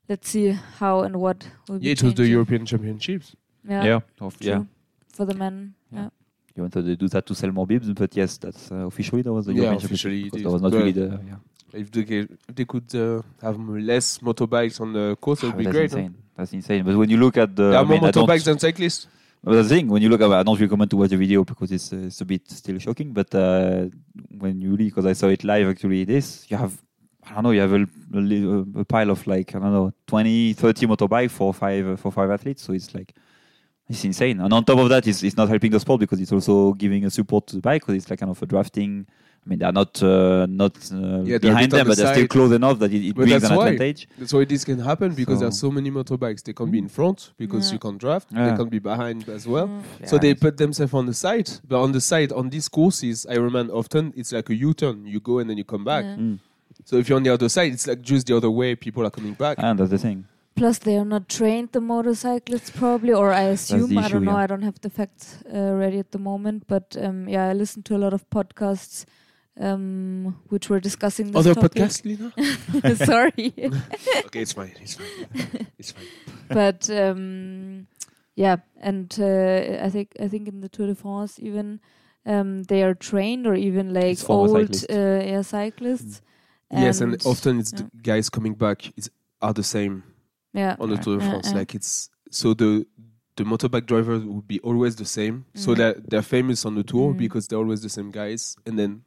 Speaker 3: let's see how and what will be.
Speaker 1: Yeah, it was the
Speaker 3: changing.
Speaker 1: European Championships.
Speaker 3: Yeah,
Speaker 2: Of-
Speaker 3: true. For the men.
Speaker 2: Yeah.
Speaker 3: Yeah.
Speaker 2: You wanted to do that to sell more bibs, but yes, that's uh, officially that was the
Speaker 1: Yeah,
Speaker 2: European Championship,
Speaker 1: officially it
Speaker 2: because
Speaker 1: is.
Speaker 2: that was not
Speaker 1: But-
Speaker 2: really the. Yeah.
Speaker 1: If they, ca- if they could uh, have less motorbikes on the course, it
Speaker 2: Ah,
Speaker 1: would be
Speaker 2: that's
Speaker 1: great. huh?
Speaker 2: insane. That's insane. But when you look at the,
Speaker 1: There
Speaker 2: I
Speaker 1: are more
Speaker 2: mean, I don't-
Speaker 1: motorbikes than cyclists.
Speaker 2: Well, the thing when you look at, I don't recommend to watch the video because it's, uh, it's a bit still shocking. But uh, when you because I saw it live actually, this you have, I don't know, you have a, a li- a pile of like I don't know, 20, 30 motorbike for five uh, for five athletes. So it's like it's insane. And on top of that, it's, it's not helping the sport because it's also giving a support to the bike because it's like kind of a drafting. I mean, they're not uh, not uh,
Speaker 1: Yeah, they're a
Speaker 2: behind
Speaker 1: bit on
Speaker 2: them,
Speaker 1: the
Speaker 2: but they're still
Speaker 1: side.
Speaker 2: close enough that it, it
Speaker 1: But
Speaker 2: brings
Speaker 1: that's
Speaker 2: an
Speaker 1: why.
Speaker 2: advantage.
Speaker 1: That's why this can happen because there are
Speaker 2: So-
Speaker 1: so many motorbikes. They can be in front because
Speaker 3: Yeah.
Speaker 1: you can't draft.
Speaker 2: Yeah.
Speaker 1: They can be behind as well.
Speaker 3: Mm.
Speaker 1: So
Speaker 2: Yeah.
Speaker 1: they put themselves on the side. But on the side, on these courses, I remember often it's like a U-turn. You go and then you come back.
Speaker 3: Yeah.
Speaker 2: Mm.
Speaker 1: So if you're on the other side, it's like just the other way people are coming back.
Speaker 2: and that's the thing.
Speaker 3: Plus, they are not trained, the motorcyclists, probably, or I assume. I
Speaker 2: issue,
Speaker 3: don't know.
Speaker 2: yeah.
Speaker 3: I don't have the facts uh, ready at the moment. But um, yeah, I listen to a lot of podcasts um, which were discussing this
Speaker 1: Other
Speaker 3: topic.
Speaker 1: podcast, Lina?
Speaker 3: Sorry.
Speaker 1: okay, it's fine. It's fine. It's fine.
Speaker 3: but um, yeah, and uh, I think I think in the Tour de France even um, they are trained or even like
Speaker 2: It's former
Speaker 3: old
Speaker 2: cyclists.
Speaker 3: uh, yeah, cyclists.
Speaker 1: Mm. yes, and often it's the
Speaker 3: yeah.
Speaker 1: guys coming back is, are the same
Speaker 3: yeah, uh,
Speaker 1: on the
Speaker 2: Yeah.
Speaker 1: Tour de
Speaker 3: Yeah,
Speaker 1: France.
Speaker 3: yeah.
Speaker 1: Like it's so the the motorbike drivers would be always the same. So
Speaker 3: Mm.
Speaker 1: that they're famous on the tour
Speaker 3: Mm.
Speaker 1: because they're always the same guys, and then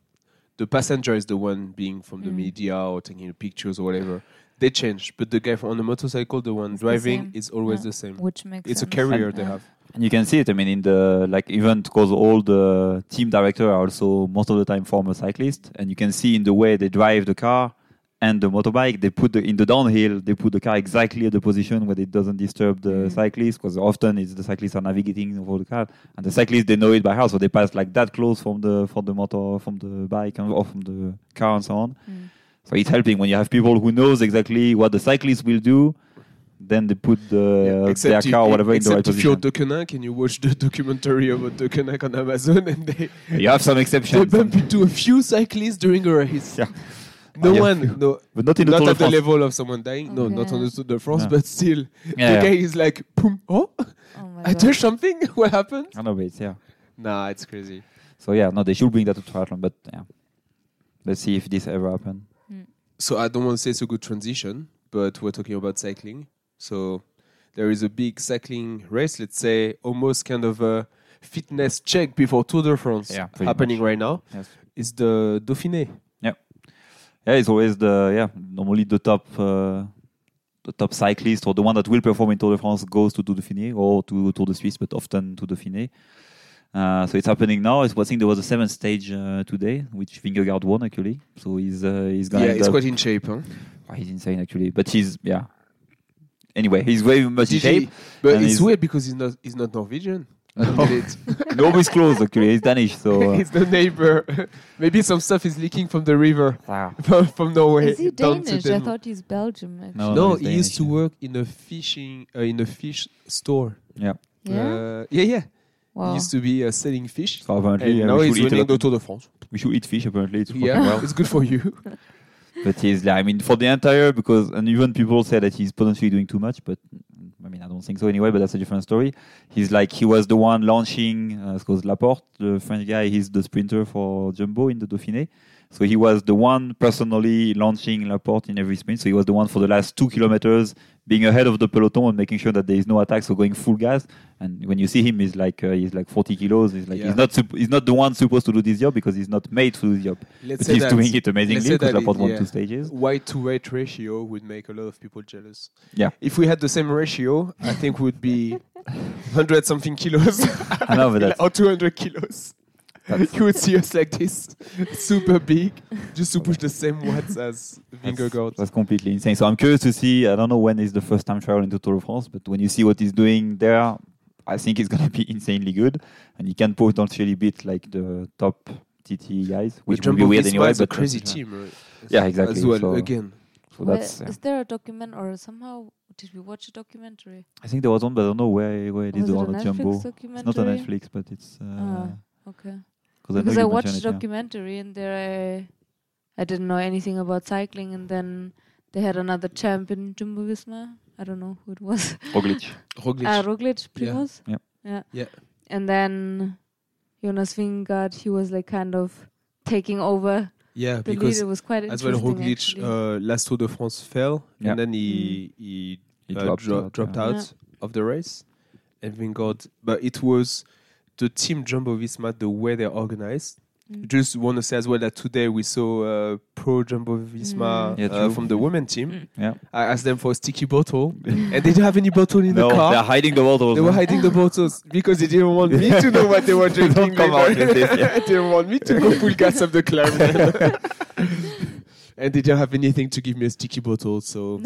Speaker 1: the passenger is the one being from the
Speaker 3: Mm.
Speaker 1: media or taking the pictures or whatever. They change, but the guy from on the motorcycle, the one
Speaker 3: It's the
Speaker 1: driving,
Speaker 3: same.
Speaker 1: is always
Speaker 3: Yeah.
Speaker 1: the same.
Speaker 3: which makes
Speaker 1: It's a
Speaker 3: sense.
Speaker 1: carrier they
Speaker 3: Yeah.
Speaker 1: have.
Speaker 2: And you can see it. I mean, in the like event, because all the team director are also most of the time former cyclists, and you can see in the way they drive the car and the motorbike. They put the in the downhill. They put the car exactly at the position where it doesn't disturb the
Speaker 3: Mm.
Speaker 2: cyclist, because often it's the cyclists are navigating over the car, and the cyclists they know it by heart, so they pass like that close from the from the motor, from the bike, and or from the car, and so on.
Speaker 3: Mm.
Speaker 2: So it's helping when you have people who knows exactly what the cyclist will do. Then they put the, their
Speaker 1: if-
Speaker 2: car, or whatever, in the
Speaker 1: except
Speaker 2: right
Speaker 1: if
Speaker 2: position.
Speaker 1: you're Deceuninck and you watch the documentary about Deceuninck on Amazon, and they
Speaker 2: You have some
Speaker 1: they
Speaker 2: exceptions,
Speaker 1: bump into a few cyclists during a race.
Speaker 2: Yeah.
Speaker 1: No
Speaker 2: Yeah.
Speaker 1: one, no,
Speaker 2: but not in the
Speaker 1: not
Speaker 2: Tour
Speaker 1: at
Speaker 2: de
Speaker 1: the
Speaker 2: France.
Speaker 1: level of someone dying. No, not
Speaker 3: Okay.
Speaker 1: on the Tour de France,
Speaker 2: No.
Speaker 1: but still,
Speaker 2: Yeah,
Speaker 1: the
Speaker 2: yeah.
Speaker 1: guy is like, boom, oh,
Speaker 3: Oh my
Speaker 1: I
Speaker 3: God.
Speaker 1: touched something. what happened?
Speaker 2: I know, but it's- yeah.
Speaker 1: Nah, it's crazy.
Speaker 2: So yeah, no, they should bring that to triathlon, but yeah, let's see if this ever happens.
Speaker 1: So I don't want to say it's a good transition, but we're talking about cycling. So there is a big cycling race. Let's say almost kind of a fitness check before Tour de France
Speaker 2: Yeah, pretty
Speaker 1: happening
Speaker 2: much.
Speaker 1: right now.
Speaker 2: Yes.
Speaker 1: It's the Dauphiné.
Speaker 2: Yeah, it's always the yeah normally the top uh, the top cyclist or the one that will perform in Tour de France goes to Tour de Dauphiné or to Tour de Suisse, but often to Dauphiné. Uh, so it's happening now. It's, I think there was a seventh stage uh, today, which Vingegaard won actually. So he's uh, he's gonna
Speaker 1: Yeah,
Speaker 2: end
Speaker 1: it's
Speaker 2: up-
Speaker 1: quite in shape. Huh?
Speaker 2: Oh, he's insane actually, but he's yeah. Anyway, he's very much in
Speaker 1: Did
Speaker 2: shape.
Speaker 1: he- But
Speaker 2: and
Speaker 1: it's
Speaker 2: he's-
Speaker 1: weird because he's not he's not Norwegian. I don't
Speaker 2: No.
Speaker 1: get it.
Speaker 2: no, he's close actually. He's Danish, so uh,
Speaker 1: it's the neighbor. Maybe some stuff is leaking from the river
Speaker 2: wow.
Speaker 1: from, from Norway.
Speaker 3: Is he
Speaker 1: down to
Speaker 3: Danish? I
Speaker 1: Denmark.
Speaker 3: thought he's Belgium. Actually.
Speaker 2: No.
Speaker 1: No,
Speaker 2: he's
Speaker 1: he used
Speaker 2: Danish,
Speaker 1: to
Speaker 2: yeah.
Speaker 1: work in a fishing uh, in a fish store.
Speaker 2: yeah.
Speaker 3: Yeah.
Speaker 1: uh, yeah, yeah.
Speaker 3: wow.
Speaker 1: He used to be uh, selling fish.
Speaker 2: So apparently,
Speaker 1: And
Speaker 2: yeah,
Speaker 1: now
Speaker 2: we,
Speaker 1: he's
Speaker 2: should eat a
Speaker 1: winning
Speaker 2: lot-
Speaker 1: the Tour de France.
Speaker 2: we should eat fish. Apparently, it's working
Speaker 1: Yeah,
Speaker 2: well.
Speaker 1: it's good for you.
Speaker 2: But he's, like, I mean, for the entire because, and even people say that he's potentially doing too much. But I mean, I don't think so anyway. But that's a different story. He's like he was the one launching uh, because Laporte, the French guy, he's the sprinter for Jumbo in the Dauphiné. So he was the one personally launching Laporte in every sprint. So he was the one for the last two kilometers being ahead of the peloton and making sure that there is no attack, so going full gas. And when you see him, he's like uh, he's like 40 kilos. He's like
Speaker 1: Yeah.
Speaker 2: he's not sup- he's not the one supposed to do this job because he's not made to do this job.
Speaker 1: Let's
Speaker 2: But
Speaker 1: say
Speaker 2: he's
Speaker 1: that
Speaker 2: doing it amazingly
Speaker 1: say
Speaker 2: because
Speaker 1: that
Speaker 2: Laporte
Speaker 1: it-
Speaker 2: won
Speaker 1: yeah.
Speaker 2: two stages.
Speaker 1: white to weight ratio would make a lot of people jealous.
Speaker 2: Yeah.
Speaker 1: If we had the same ratio, I think we'd be 100 something kilos
Speaker 2: I know, but that's,
Speaker 1: or 200 kilos.
Speaker 2: That's-
Speaker 1: you would see us like this, super big, just to push the same watts as Vingegaard.
Speaker 2: that's completely insane. So I'm curious to see. I don't know when is the first time trial into Tour de France, but when you see what he's doing there, I think it's going to be insanely good, and he can potentially beat like the top TT guys, which would be weird anyway.
Speaker 1: It's a
Speaker 2: but uh,
Speaker 1: crazy team, right?
Speaker 2: Yeah, exactly.
Speaker 1: As well,
Speaker 2: So-
Speaker 1: again.
Speaker 2: So
Speaker 3: Where-
Speaker 2: that's.
Speaker 3: is there a document or somehow did we watch a documentary?
Speaker 2: I think there was one, but I don't know where where it is
Speaker 3: Was it
Speaker 2: the
Speaker 3: a
Speaker 2: one
Speaker 3: Netflix
Speaker 2: on Jumbo. It's
Speaker 3: documentary?
Speaker 2: not on Netflix, but it's. Uh,
Speaker 3: Ah, okay.
Speaker 2: Cause
Speaker 3: Because
Speaker 2: know
Speaker 3: I
Speaker 2: you
Speaker 3: watched a
Speaker 2: mentioned it, yeah.
Speaker 3: documentary and there I, I didn't know anything about cycling and then they had another champ in Jumbo Visma. I don't know who it was.
Speaker 2: Roglic.
Speaker 1: Roglic.
Speaker 3: Ah, Roglic, Primoz.
Speaker 2: Yep.
Speaker 3: Yeah.
Speaker 1: Yeah.
Speaker 3: And then Jonas Vingegaard, he was like kind of taking over
Speaker 1: yeah,
Speaker 3: the
Speaker 1: because
Speaker 3: lead. It was quite
Speaker 1: as
Speaker 3: interesting.
Speaker 1: well, Roglic,
Speaker 3: actually. Mm.
Speaker 1: uh, last Tour de France fell,
Speaker 2: Yeah.
Speaker 1: and then he, he,
Speaker 2: He
Speaker 1: uh,
Speaker 2: dropped
Speaker 1: dro-
Speaker 2: out,
Speaker 1: dropped
Speaker 2: yeah.
Speaker 1: out of the race. And Vingegaard, but it was the team Jumbo Visma, the way they're organized.
Speaker 3: Mm.
Speaker 1: Just want to say as well that today we saw uh, pro Jumbo Visma
Speaker 3: Mm.
Speaker 2: Yeah,
Speaker 1: uh,
Speaker 2: true.
Speaker 1: from the women team.
Speaker 2: Yeah.
Speaker 1: I asked them for a sticky bottle, and they didn't have any bottle in
Speaker 2: no,
Speaker 1: the car.
Speaker 2: they're hiding the water.
Speaker 1: They were hiding the bottles because they didn't want me to know what they were
Speaker 2: Don't
Speaker 1: drinking.
Speaker 2: come out
Speaker 1: later.
Speaker 2: with this, yeah.
Speaker 1: they didn't want me to go full gas up the clarinet. and they didn't have anything to give me a sticky bottle, so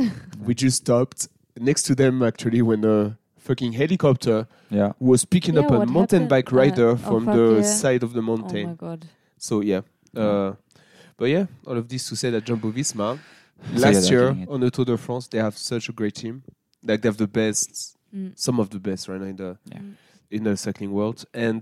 Speaker 1: we just stopped next to them actually when a fucking helicopter
Speaker 2: yeah.
Speaker 1: was picking
Speaker 3: Yeah,
Speaker 1: up a
Speaker 3: what
Speaker 1: mountain
Speaker 3: happened?
Speaker 1: bike
Speaker 3: Uh,
Speaker 1: rider
Speaker 3: oh,
Speaker 1: from
Speaker 3: fuck,
Speaker 1: the
Speaker 3: yeah.
Speaker 1: side of the
Speaker 3: oh my
Speaker 1: mountain.
Speaker 3: god.
Speaker 1: so yeah, uh, but yeah, all of this to say that Jumbo Visma
Speaker 2: So yeah,
Speaker 1: last
Speaker 2: they're
Speaker 1: year
Speaker 2: killing it.
Speaker 1: on the Tour de France they have such a great team. Like they have the best
Speaker 3: Mm.
Speaker 1: some of the best right now in the
Speaker 2: Yeah.
Speaker 3: Mm.
Speaker 1: in the cycling world, and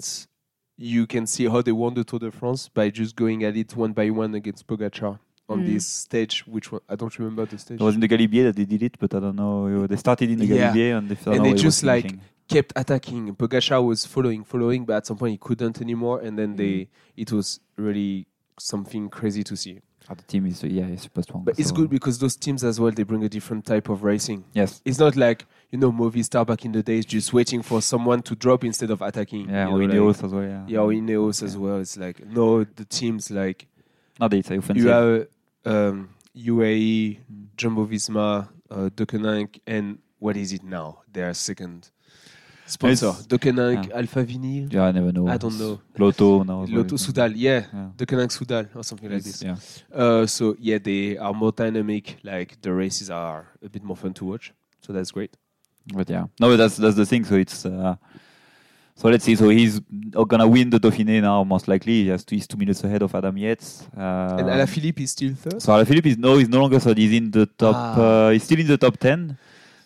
Speaker 1: you can see how they won the Tour de France by just going at it one by one against Pogacar on
Speaker 3: Mm.
Speaker 1: this stage, which one, I don't remember the stage.
Speaker 2: It was in the Galibier that they did it, but I don't know. They started in the
Speaker 1: Yeah.
Speaker 2: Galibier and they, I don't
Speaker 1: And
Speaker 2: know
Speaker 1: they
Speaker 2: where it was
Speaker 1: just, like,
Speaker 2: finishing.
Speaker 1: kept attacking. Pogacar was following, following, but at some point he couldn't anymore, and then
Speaker 2: Mm.
Speaker 1: they it was really something crazy to see.
Speaker 2: Ah, the team is yeah, it's super strong.
Speaker 1: But it's
Speaker 2: so-
Speaker 1: good because those teams as well they bring a different type of racing.
Speaker 2: Yes.
Speaker 1: It's not like you know movie star back in the days just waiting for someone to drop instead of attacking.
Speaker 2: Yeah,
Speaker 1: you
Speaker 2: or
Speaker 1: know,
Speaker 2: in
Speaker 1: like-
Speaker 2: the host as well. Yeah.
Speaker 1: Yeah, or Ineos as well. It's like no, the team's like
Speaker 2: Not that it's offensive.
Speaker 1: you have um, UAE, Jumbo Visma, uh, Dockenank, and what is it now? Their second sponsor.
Speaker 2: It's-
Speaker 1: Dockenank,
Speaker 2: yeah.
Speaker 1: Alpha Vinyl,
Speaker 2: yeah, I never know.
Speaker 1: I don't know.
Speaker 2: Lotto now.
Speaker 1: Lotto Soudal, yeah.
Speaker 2: Yeah.
Speaker 1: Dockenank Soudal, or something like
Speaker 2: It's-
Speaker 1: this.
Speaker 2: yeah.
Speaker 1: Uh, so, yeah, they are more dynamic. Like, the races are a bit more fun to watch. So, that's great.
Speaker 2: But yeah, no, but that's that's the thing. So it's uh, so let's see. So he's gonna win the Dauphiné now, most likely. He has two, he's two minutes ahead of Adam Yates. Uh,
Speaker 1: and Alaphilippe is still third.
Speaker 2: so Alaphilippe is no, he's no longer third. He's in the top.
Speaker 1: Ah.
Speaker 2: Uh, he's still in the top ten,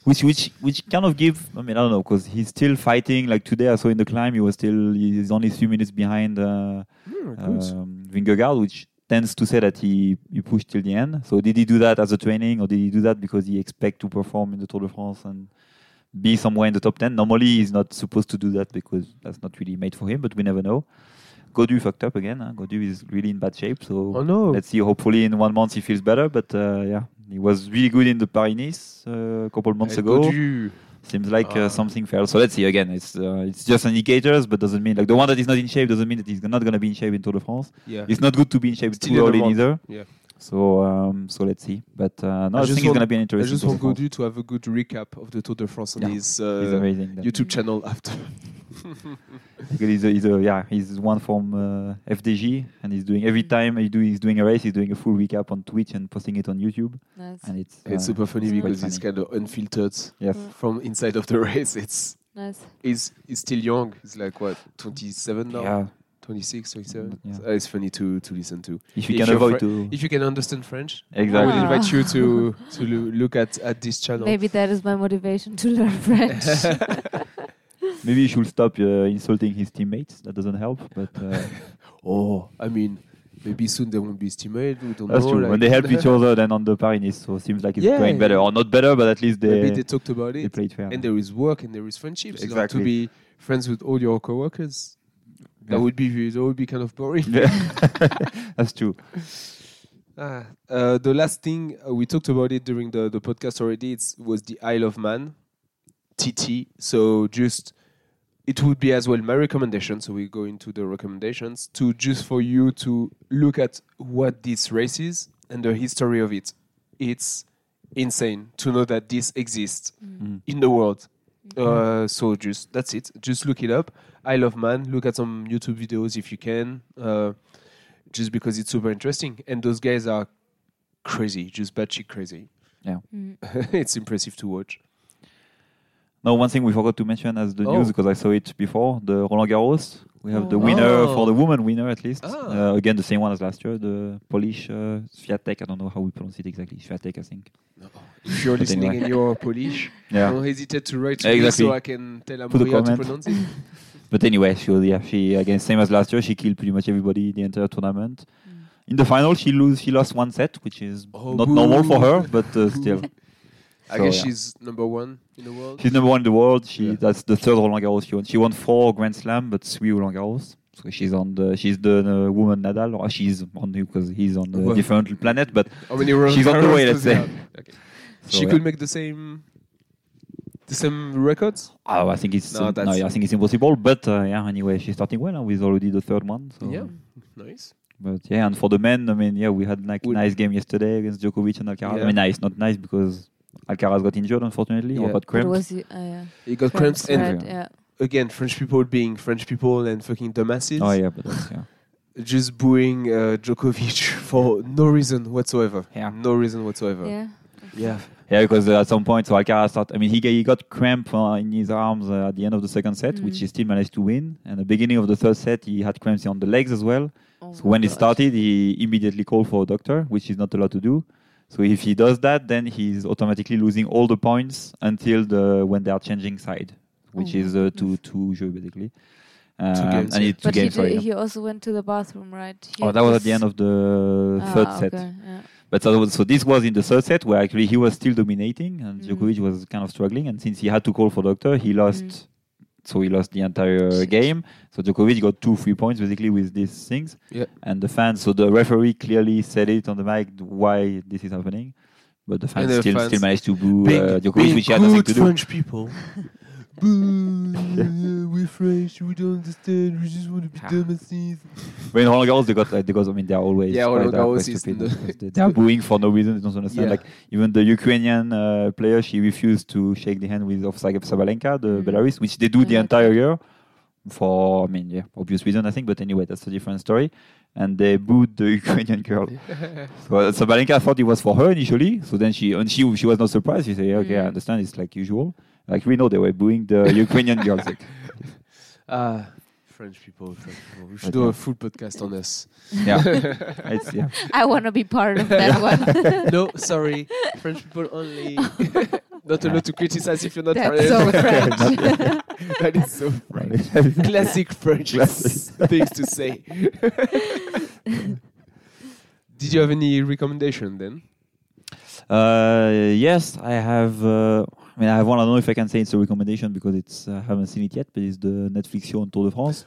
Speaker 2: which which which kind of give. I mean, I don't know, because he's still fighting. Like today, I saw in the climb, he was still he's only three minutes behind. Uh,
Speaker 1: Hmm, good.
Speaker 2: um, Vingegaard, which tends to say that he, he pushed till the end. So did he do that as a training, or did he do that because he expect to perform in the Tour de France and be somewhere in the top ten? Normally, he's not supposed to do that because that's not really made for him. But we never know. Godu fucked up again. Huh? Godu is really in bad shape. So
Speaker 1: oh, no.
Speaker 2: let's see. Hopefully, in one month he feels better. But uh, yeah, he was really good in the Paris Nice uh, a couple months
Speaker 1: Uh,
Speaker 2: ago.
Speaker 1: Gaudu.
Speaker 2: Seems like uh,
Speaker 1: Ah.
Speaker 2: something failed. So let's see again. It's uh, it's just indicators, but doesn't mean like the one that is not in shape doesn't mean that he's not gonna be in shape in Tour de France.
Speaker 1: Yeah.
Speaker 2: It's not good to be in shape
Speaker 1: Still
Speaker 2: too
Speaker 1: in the
Speaker 2: early
Speaker 1: month.
Speaker 2: either.
Speaker 1: Yeah.
Speaker 2: So um, so let's see. But uh, no,
Speaker 1: I
Speaker 2: I,
Speaker 1: just
Speaker 2: think it's
Speaker 1: want-
Speaker 2: gonna be an
Speaker 1: I
Speaker 2: interesting.
Speaker 1: just
Speaker 2: Tour
Speaker 1: want
Speaker 2: de
Speaker 1: Godu
Speaker 2: France.
Speaker 1: to have a good recap of the Tour de France on
Speaker 2: Yeah.
Speaker 1: his
Speaker 2: He's
Speaker 1: uh,
Speaker 2: amazing. then.
Speaker 1: YouTube channel after.
Speaker 2: Because he's, a, he's a, yeah, he's one from uh, FDG, and he's doing every time he do he's doing a race, he's doing a full recap on Twitch and posting it on YouTube,
Speaker 3: Nice.
Speaker 2: and it's
Speaker 1: It's
Speaker 2: uh,
Speaker 1: super funny
Speaker 3: it's quite
Speaker 1: because it's
Speaker 2: funny.
Speaker 1: kind of unfiltered
Speaker 2: yes.
Speaker 1: from inside of the race. It's
Speaker 3: Nice.
Speaker 1: he's, he's still young. He's like what 27 now,
Speaker 2: Yeah, Mm,
Speaker 1: 26, 27.
Speaker 2: Yeah.
Speaker 1: So It's funny to to listen to.
Speaker 2: if you
Speaker 1: If
Speaker 2: can
Speaker 1: you're
Speaker 2: avoid
Speaker 1: fri-
Speaker 2: to
Speaker 1: If you can understand French, I
Speaker 2: exactly.
Speaker 1: would
Speaker 3: Ah.
Speaker 1: invite you to to lo- look at at this channel.
Speaker 3: Maybe that is my motivation to learn French.
Speaker 2: Maybe you should stop uh, insulting his teammates. That doesn't help. But uh,
Speaker 1: Oh, I mean, maybe soon they won't be stimulated. We don't
Speaker 2: that's
Speaker 1: know,
Speaker 2: true.
Speaker 1: like-
Speaker 2: when they help each other, then on the Paris, so it seems like it's
Speaker 1: Yeah,
Speaker 2: going better
Speaker 1: yeah.
Speaker 2: or not better, but at least they
Speaker 1: maybe they talked about
Speaker 2: they
Speaker 1: it.
Speaker 2: played fair.
Speaker 1: And there is work and there is friendships. You don't have
Speaker 2: Exactly.
Speaker 1: to be friends with all your coworkers.
Speaker 2: Yeah.
Speaker 1: That would be that would be kind of boring.
Speaker 2: that's true.
Speaker 1: Ah, uh, the last thing uh, we talked about it during the, the podcast already it's, was the Isle of Man, TT. So just it would be as well my recommendation. So we go into the recommendations to just for you to look at what this race is and the history of it. It's insane to know that this exists
Speaker 2: Mm.
Speaker 1: in the world. Uh, so just that's it. Just look it up. Isle of Man. Look at some YouTube videos if you can. Uh, just because it's super interesting, and those guys are crazy, just batshit crazy.
Speaker 3: Mm.
Speaker 1: it's impressive to watch.
Speaker 2: No, one thing we forgot to mention as the
Speaker 1: Oh.
Speaker 2: news because I saw it before the Roland Garros. We have
Speaker 3: Oh.
Speaker 2: the winner for
Speaker 1: Oh.
Speaker 2: the woman winner at least.
Speaker 1: Ah.
Speaker 2: Uh, again, the same one as last year. The Polish uh, Swiatek. I don't know how we pronounce it exactly. Swiatek, I think.
Speaker 1: If you're
Speaker 2: But
Speaker 1: listening
Speaker 2: anyway.
Speaker 1: and you're Polish,
Speaker 2: Yeah.
Speaker 1: don't hesitate to write to me
Speaker 2: Exactly.
Speaker 1: so I can tell
Speaker 2: Put a
Speaker 1: Amory how to
Speaker 2: comment.
Speaker 1: pronounce it.
Speaker 2: But anyway, she was, yeah, she again same as last year. She killed pretty much everybody the entire tournament. In the final, she lose. She lost one set, which is
Speaker 1: Oh,
Speaker 2: not normal for her,
Speaker 1: boo.
Speaker 2: but uh, still,
Speaker 1: I
Speaker 2: So,
Speaker 1: guess
Speaker 2: yeah.
Speaker 1: she's number one in the world.
Speaker 2: she's number one in the world. She
Speaker 1: Yeah.
Speaker 2: that's the third Roland Garros she won. She won four Grand Slam, but three Roland Garros. So she's on the she's the uh, woman Nadal, or she's on because he's on a
Speaker 1: Well.
Speaker 2: different planet. But
Speaker 1: How many rounds
Speaker 2: she's on the
Speaker 1: rounds
Speaker 2: way,
Speaker 1: does
Speaker 2: let's
Speaker 1: it
Speaker 2: say.
Speaker 1: have? Okay.
Speaker 2: so,
Speaker 1: she
Speaker 2: yeah.
Speaker 1: could make the same, the same records.
Speaker 2: Oh, I think it's
Speaker 1: No,
Speaker 2: uh, no,
Speaker 1: that's-
Speaker 2: yeah, I think it's impossible. But uh, yeah, anyway, she's starting well uh, with already the third one. So.
Speaker 1: Yeah, nice.
Speaker 2: But yeah, and for the men, I mean, yeah, we had like
Speaker 1: Would-
Speaker 2: nice game yesterday against Djokovic and Alcaraz.
Speaker 1: Yeah.
Speaker 2: I mean, nice, not nice because Alcaraz got injured unfortunately
Speaker 1: Yeah.
Speaker 2: or got
Speaker 3: What
Speaker 2: cramped.
Speaker 3: was it? Ah, yeah.
Speaker 1: He got cramps, and
Speaker 2: yeah.
Speaker 3: right, yeah.
Speaker 1: again, French people being French people and fucking dumbasses.
Speaker 2: oh yeah, but that's, yeah.
Speaker 1: just booing uh, Djokovic for no reason whatsoever.
Speaker 2: Yeah.
Speaker 1: No reason whatsoever.
Speaker 2: Oh.
Speaker 3: Yeah.
Speaker 1: Yeah.
Speaker 2: Yeah, because uh, at some point, so Alcaraz started. I mean, he, ga- he got cramp uh, in his arms uh, at the end of the second set, which
Speaker 3: Mhm.
Speaker 2: he still managed to win. And the beginning of the third set, he had cramps on the legs as well.
Speaker 3: Oh
Speaker 2: So
Speaker 3: my
Speaker 2: when it
Speaker 3: God.
Speaker 2: started, he immediately called for a doctor, which is not allowed to do. So if he does that, then he's automatically losing all the points until the when they are changing side, which
Speaker 3: Oh
Speaker 2: is
Speaker 3: my
Speaker 2: uh, two two jeux basically. Um,
Speaker 1: games,
Speaker 2: and
Speaker 1: yeah.
Speaker 2: it's two
Speaker 3: But he,
Speaker 2: games. sorry.
Speaker 3: did, he also went to the bathroom, right? He
Speaker 2: oh, that was at
Speaker 3: just-
Speaker 2: the end of the
Speaker 3: Ah,
Speaker 2: third set.
Speaker 3: okay, yeah.
Speaker 2: But so, so this was in the third set where actually he was still dominating and
Speaker 3: Mm.
Speaker 2: Djokovic was kind of struggling. And since he had to call for doctor, he lost.
Speaker 3: Mm.
Speaker 2: So he lost the entire
Speaker 3: Shit.
Speaker 2: game. So Djokovic got two free points basically with these things.
Speaker 1: Yeah.
Speaker 2: And the fans. So the referee clearly said it on the mic why this is happening. But the fans
Speaker 1: the
Speaker 2: still
Speaker 1: fans
Speaker 2: still managed to boo
Speaker 1: Being,
Speaker 2: uh, Djokovic,
Speaker 1: being
Speaker 2: which had nothing
Speaker 1: good
Speaker 2: to do.
Speaker 1: French people. we're French, we don't understand, we just want to be
Speaker 2: Ah.
Speaker 1: dumbasses.
Speaker 2: But in Roland Garros, they got, uh, they got, I mean, they're always.
Speaker 1: Yeah, Roland
Speaker 2: quite- they're
Speaker 1: Garros
Speaker 2: quite
Speaker 1: is
Speaker 2: stupid
Speaker 1: the-
Speaker 2: because they, they are booing for no reason. They don't understand.
Speaker 1: Yeah.
Speaker 2: Like, even the Ukrainian uh, player, she refused to shake the hand with of Sag- Sabalenka, the
Speaker 3: Mm.
Speaker 2: Belarus, which they do
Speaker 3: I
Speaker 2: the
Speaker 3: like
Speaker 2: entire year for, I mean, yeah, obvious reason, I think. But anyway, that's a different story. And they booed the Ukrainian girl. so uh, Sabalenka thought it was for her initially. So then she, and she, she was not surprised. She said, yeah, okay, I
Speaker 3: Mm.
Speaker 2: understand. It's like usual. Like, we know they were booing the Ukrainian girls. Like, Uh,
Speaker 1: Ah, French people, French people. We should
Speaker 2: But
Speaker 1: do
Speaker 2: yeah.
Speaker 1: a full podcast on us.
Speaker 2: yeah. it's, yeah.
Speaker 3: I want to be part of that one.
Speaker 1: no, sorry, French people only. not allowed to criticize if you're not
Speaker 3: That's so French.
Speaker 1: that is so French. Classic French
Speaker 2: Classic.
Speaker 1: things to say. Did you have any recommendation then?
Speaker 2: Uh, yes, I have. Uh, I mean, I have one. I don't know if I can say it's a recommendation because it's I haven't seen it yet, but it's the Netflix show on Tour de France.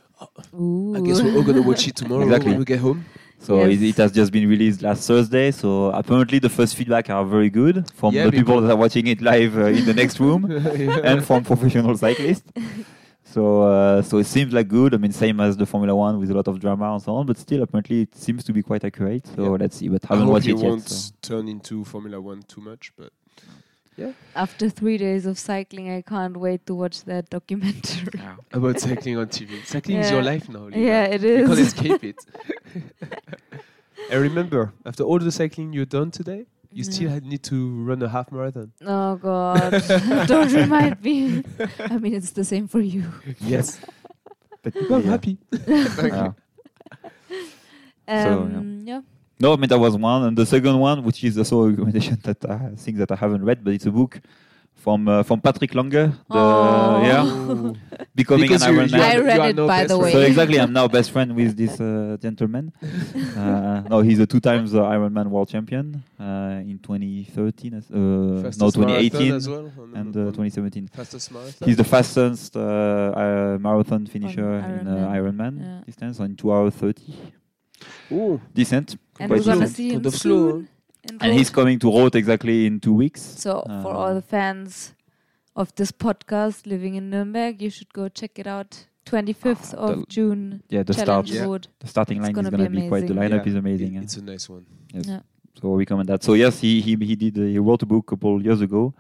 Speaker 3: Ooh.
Speaker 1: I guess we're all gonna watch it tomorrow
Speaker 2: Exactly.
Speaker 1: when we get home.
Speaker 2: So it,
Speaker 3: Yes.
Speaker 2: it has just been released last Thursday. So apparently the first feedback are very good from
Speaker 1: Yeah,
Speaker 2: the people,
Speaker 1: because-
Speaker 2: that are watching it live uh, in the next room and from professional cyclists. So uh, so it seems like good. I mean, same as the Formula One with a lot of drama and so on, but still apparently it seems to be quite accurate. So
Speaker 1: Yeah.
Speaker 2: let's see. But
Speaker 1: I
Speaker 2: haven't
Speaker 1: hope
Speaker 2: watched
Speaker 1: you
Speaker 2: it yet.
Speaker 1: won't
Speaker 2: so-
Speaker 1: turn into Formula One too much, but
Speaker 3: After three days of cycling, I can't wait to watch that documentary.
Speaker 1: about cycling on TV. Cycling is
Speaker 3: Yeah.
Speaker 1: your life now. Lina.
Speaker 3: Yeah, it
Speaker 1: You can't
Speaker 3: is.
Speaker 1: escape it. I remember after all the cycling you've done today, you still
Speaker 3: Yeah.
Speaker 1: had need to run a half marathon.
Speaker 3: Oh God! Don't remind me. I mean, it's the same for you.
Speaker 1: Yes,
Speaker 2: But
Speaker 1: I'm
Speaker 2: yeah.
Speaker 1: happy.
Speaker 2: Yeah.
Speaker 3: Um,
Speaker 2: So, yeah.
Speaker 3: yeah.
Speaker 2: No, I mean that was one, and the second one, which is also a recommendation that I think that I haven't read, but it's a book from uh, from Patrick Lange, the
Speaker 3: Oh.
Speaker 2: yeah, becoming
Speaker 1: Because
Speaker 2: an
Speaker 1: you-
Speaker 2: Iron
Speaker 1: you
Speaker 2: Man.
Speaker 1: are-
Speaker 3: I read
Speaker 1: are
Speaker 3: it
Speaker 1: no
Speaker 3: by
Speaker 1: best
Speaker 3: the
Speaker 1: friend.
Speaker 2: So
Speaker 3: way.
Speaker 2: exactly, I'm now best friend with this uh, gentleman. Uh, no, he's a two times uh, Ironman world champion uh, in 2013, as- uh, no
Speaker 1: Fastest marathon
Speaker 2: 2018
Speaker 1: as well, on-
Speaker 2: and
Speaker 1: on-
Speaker 2: uh,
Speaker 1: on
Speaker 2: 2017.
Speaker 1: fastest marathon.
Speaker 2: He's the fastest uh, uh, marathon finisher in uh,
Speaker 3: Ironman,
Speaker 2: Ironman
Speaker 3: yeah.
Speaker 2: distance on two hours 30.
Speaker 1: Ooh,
Speaker 2: Decent,
Speaker 3: And
Speaker 2: quite
Speaker 3: we're gonna
Speaker 2: decent.
Speaker 3: see him
Speaker 1: Tour de
Speaker 3: soon. in
Speaker 2: And he's
Speaker 3: Rhodes.
Speaker 2: coming to Roth exactly in two weeks.
Speaker 3: so for
Speaker 2: uh,
Speaker 3: all the fans of this podcast living in Nuremberg, you should go check it out. 25th
Speaker 2: Ah,
Speaker 3: of
Speaker 2: the-
Speaker 3: June,
Speaker 2: Yeah, the start,
Speaker 3: Challenge
Speaker 1: Yeah.
Speaker 3: Road.
Speaker 2: the starting
Speaker 3: It's
Speaker 2: line
Speaker 3: gonna
Speaker 2: is going to
Speaker 3: be
Speaker 2: be, quite. The
Speaker 3: amazing.
Speaker 2: lineup
Speaker 1: Yeah.
Speaker 2: is amazing.
Speaker 1: It-
Speaker 2: yeah.
Speaker 1: it's a nice one.
Speaker 2: Yes.
Speaker 3: Yeah.
Speaker 2: So we recommend that. So yes, he he he did. Uh, he wrote a book a couple years ago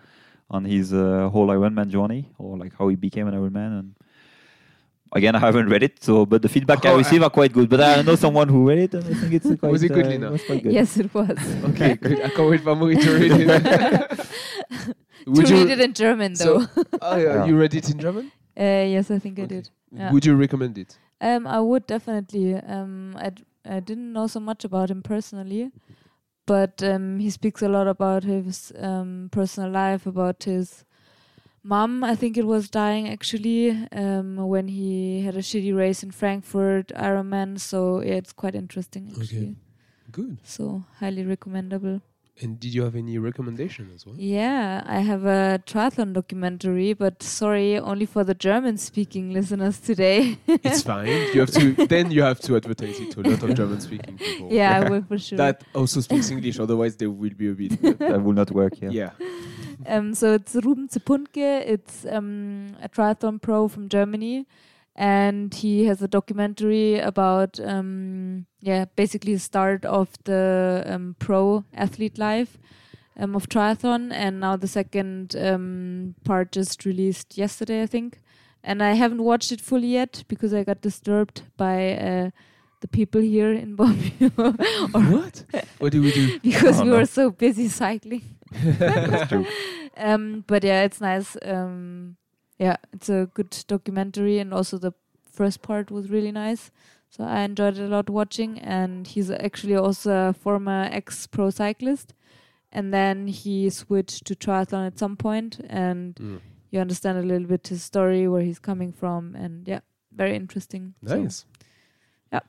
Speaker 2: on his uh, whole Ironman journey, or like how he became an Ironman. And again, I haven't read it, so but the feedback
Speaker 1: Oh,
Speaker 2: I
Speaker 1: I-
Speaker 2: receive are quite good. But I know someone who read it, and I think it's uh, quite.
Speaker 1: Was it good,
Speaker 2: uh,
Speaker 1: Lina?
Speaker 2: was quite good.
Speaker 3: Yes, it was.
Speaker 1: Okay, good. I can't wait for Marie to read it.
Speaker 3: to
Speaker 1: Would you?
Speaker 3: read it in German,
Speaker 1: So-
Speaker 3: though.
Speaker 1: Oh, yeah,
Speaker 2: Yeah.
Speaker 1: You read it in German?
Speaker 3: uh, yes, I think I
Speaker 1: Okay.
Speaker 3: did. Yeah.
Speaker 1: Would you recommend it?
Speaker 3: Um, I would definitely. Um, I, d- I didn't know so much about him personally, but um, he speaks a lot about his um, personal life, about his mom. I think it was dying actually um, when he had a shitty race in Frankfurt Ironman. So yeah, it's quite interesting actually.
Speaker 1: Good.
Speaker 3: So highly recommendable.
Speaker 1: And did you have any recommendation as well?
Speaker 3: Yeah, I have a triathlon documentary, but sorry, only for the German-speaking listeners today.
Speaker 1: It's fine. You have to. Then you have to advertise it to a lot of German-speaking people.
Speaker 3: yeah, I will for sure.
Speaker 1: That also speaks English. Otherwise, they will be a bit.
Speaker 2: that will not work. Yeah.
Speaker 1: yeah.
Speaker 3: um, so it's Ruben Zepunke. It's um, a triathlon pro from Germany, and he has a documentary about um, yeah, basically the start of the um, pro athlete life um, of triathlon, and now the second um, part just released yesterday, I think. And I haven't watched it fully yet because I got disturbed by uh, the people here in Bombay
Speaker 1: what? What do we do?
Speaker 3: because
Speaker 2: Oh,
Speaker 3: we
Speaker 2: no.
Speaker 3: were so busy cycling.
Speaker 2: That's true.
Speaker 3: Um, but yeah, it's nice. Um, yeah, it's a good documentary, and also the first part was really nice. So I enjoyed it a lot watching. And he's actually also a former ex pro cyclist, and then he switched to triathlon at some point, and
Speaker 1: Mm.
Speaker 3: you understand a little bit his story, where he's coming from, and yeah, very interesting. So,
Speaker 1: Nice.
Speaker 3: yeah.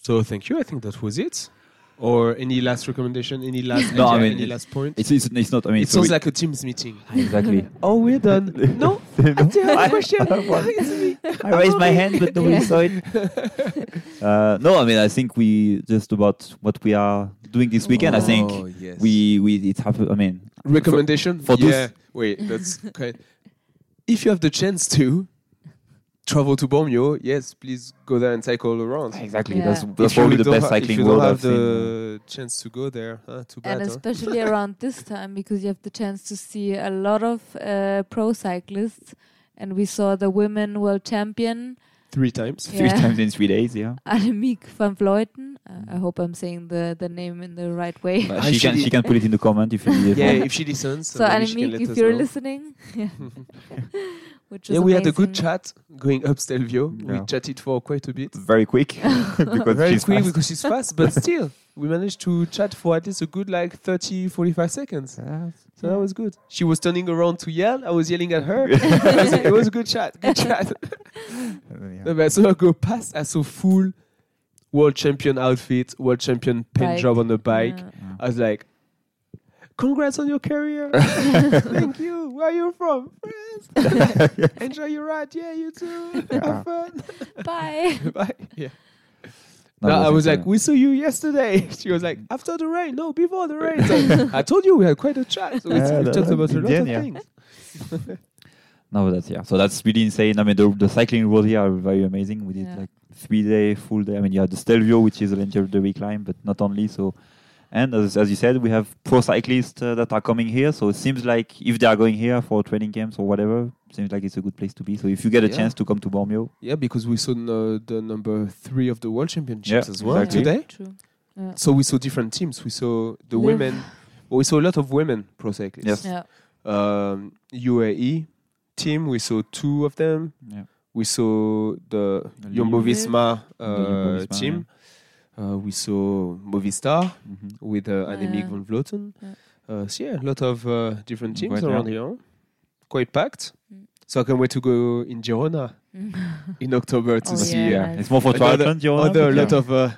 Speaker 1: So thank you. I think that was it. Or any last recommendation? Any last
Speaker 2: No, I
Speaker 1: idea,
Speaker 2: mean,
Speaker 1: any
Speaker 2: it-
Speaker 1: last point?
Speaker 2: It's, it's it's not. I mean,
Speaker 1: it sounds like a team's meeting.
Speaker 2: exactly.
Speaker 1: Oh, we're done. no, I still have a question. It's me.
Speaker 2: I raised my hand, but nobody
Speaker 3: Yeah.
Speaker 2: saw it. Uh, no, I mean, I think we just about what we are doing this weekend. I think
Speaker 1: Oh, yes.
Speaker 2: we we it happened. I mean,
Speaker 1: recommendation
Speaker 2: for
Speaker 1: yeah.
Speaker 2: those-
Speaker 1: Wait, that's kind. if you have the chance to travel to Borneo, yes, please go there and cycle around.
Speaker 2: Exactly.
Speaker 3: Yeah.
Speaker 2: That's,
Speaker 3: If
Speaker 2: that's
Speaker 1: If you
Speaker 2: probably the
Speaker 1: don't
Speaker 2: best
Speaker 1: ha-
Speaker 2: cycling
Speaker 1: If you
Speaker 2: world
Speaker 1: don't have
Speaker 2: I've seen.
Speaker 1: the chance to go there, huh? too bad.
Speaker 3: and
Speaker 1: huh?
Speaker 3: especially around this time because you have the chance to see a lot of uh, pro cyclists. And we saw the women world champion
Speaker 1: Three times.
Speaker 2: Three
Speaker 3: Yeah.
Speaker 2: times in three days, yeah.
Speaker 3: Annemiek van Vleuten. Uh,
Speaker 1: Mm.
Speaker 3: I hope I'm saying the, the name in the right way.
Speaker 2: But she can
Speaker 1: Actually-
Speaker 2: she can put it in the comment if you need it.
Speaker 1: Yeah, if she listens,
Speaker 3: so
Speaker 1: maybe she can
Speaker 3: Annemiek,
Speaker 1: let
Speaker 3: if
Speaker 1: us
Speaker 3: you're
Speaker 1: know.
Speaker 3: listening, yeah, which was
Speaker 1: Yeah, we had a
Speaker 3: amazing.
Speaker 1: good chat going up Stelvio.
Speaker 2: Yeah.
Speaker 1: We chatted for quite a bit.
Speaker 2: Very quick because
Speaker 1: Very
Speaker 2: she's
Speaker 1: quick
Speaker 2: fast.
Speaker 1: because she's fast, but still, we managed to chat for at least a good like 30, 45 seconds. So that was good. She was turning around to yell. I was yelling at her. it, was, it was a good chat. Good chat.
Speaker 2: Yeah.
Speaker 1: but I saw her go past. I saw full world champion outfit, world champion paint
Speaker 3: Bike.
Speaker 1: job on the bike.
Speaker 3: Yeah.
Speaker 1: I was like, congrats on your career. Thank you. Where are you from? France. Enjoy your ride. Yeah, you too.
Speaker 2: Yeah.
Speaker 1: Have fun.
Speaker 3: Bye.
Speaker 1: Bye. Yeah.
Speaker 2: That
Speaker 1: No, I was like,
Speaker 2: incredible.
Speaker 1: we saw you yesterday. She was like, after the rain. No, before the rain. So I told you we had quite a chat. So we,
Speaker 2: Yeah,
Speaker 1: we
Speaker 2: that-
Speaker 1: talked about a
Speaker 2: in
Speaker 1: lot
Speaker 2: the end,
Speaker 1: of
Speaker 2: yeah.
Speaker 1: things.
Speaker 2: No, but that's yeah. So that's really insane. I mean, the, the cycling road here are very amazing. We did
Speaker 3: Yeah.
Speaker 2: like three day, full day. I mean, you had the Stelvio, which is a legendary climb, but not only. So, and as, as you said, we have pro cyclists uh, that are coming here. So it seems like if they are going here for training camps or whatever, seems like it's a good place to be. So if you get a
Speaker 1: Yeah.
Speaker 2: chance to come to Bormio,
Speaker 1: Yeah, because we saw n- the number three of the world championships
Speaker 2: Yeah,
Speaker 1: as well
Speaker 2: exactly.
Speaker 1: today.
Speaker 3: True.
Speaker 1: So we saw different teams. We saw the
Speaker 3: Liv.
Speaker 1: women. Well, we saw a lot of women pro cyclists.
Speaker 2: Yes.
Speaker 3: Yeah.
Speaker 1: um, UAE team. We saw two of them.
Speaker 2: Yeah.
Speaker 1: We saw the
Speaker 2: The
Speaker 1: Jumbo
Speaker 3: Liv.
Speaker 1: Visma
Speaker 2: The Jumbo
Speaker 1: uh,
Speaker 2: Visma,
Speaker 1: team. Uh, we saw Movistar
Speaker 2: Mhm.
Speaker 1: with uh, Annemiek
Speaker 3: Yeah.
Speaker 1: van Vleuten.
Speaker 3: Yeah.
Speaker 1: Uh, so yeah, a lot of uh, different teams
Speaker 2: Quite,
Speaker 1: around
Speaker 2: yeah.
Speaker 1: here. Quite packed.
Speaker 3: Mm.
Speaker 1: So I can't wait to go in Girona in October to
Speaker 3: Oh,
Speaker 1: see
Speaker 3: yeah.
Speaker 1: uh,
Speaker 2: yeah, it's more for
Speaker 1: Another-
Speaker 2: triathlon. you
Speaker 1: other
Speaker 2: yeah.
Speaker 1: lot of uh,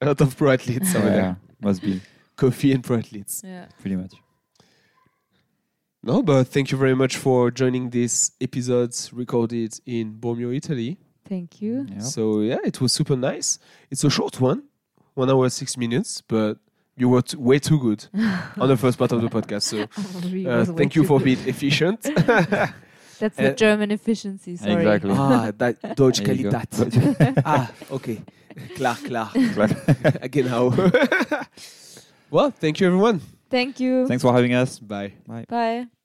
Speaker 1: a lot of pro athletes over
Speaker 2: yeah,
Speaker 1: there.
Speaker 2: must be
Speaker 1: Coffee and pro athletes.
Speaker 3: yeah.
Speaker 2: pretty much.
Speaker 1: No, but thank you very much for joining this episode recorded in Bormio, Italy.
Speaker 3: Thank you.
Speaker 2: Yeah.
Speaker 1: So yeah, it was super nice. It's a short one, one hour six minutes, but you were t- way too good on the first part of the podcast. So
Speaker 3: Really
Speaker 1: uh,
Speaker 3: was way
Speaker 1: thank you
Speaker 3: too
Speaker 1: for
Speaker 3: good.
Speaker 1: being efficient.
Speaker 3: That's the
Speaker 1: Uh,
Speaker 3: German efficiency. Sorry.
Speaker 2: Exactly.
Speaker 1: ah, that Deutsch
Speaker 2: There you go.
Speaker 1: Qualität. ah, okay, klar, klar, again how. well, thank you everyone.
Speaker 3: Thank you.
Speaker 2: Thanks for having us.
Speaker 1: Bye.
Speaker 2: Bye.
Speaker 3: Bye.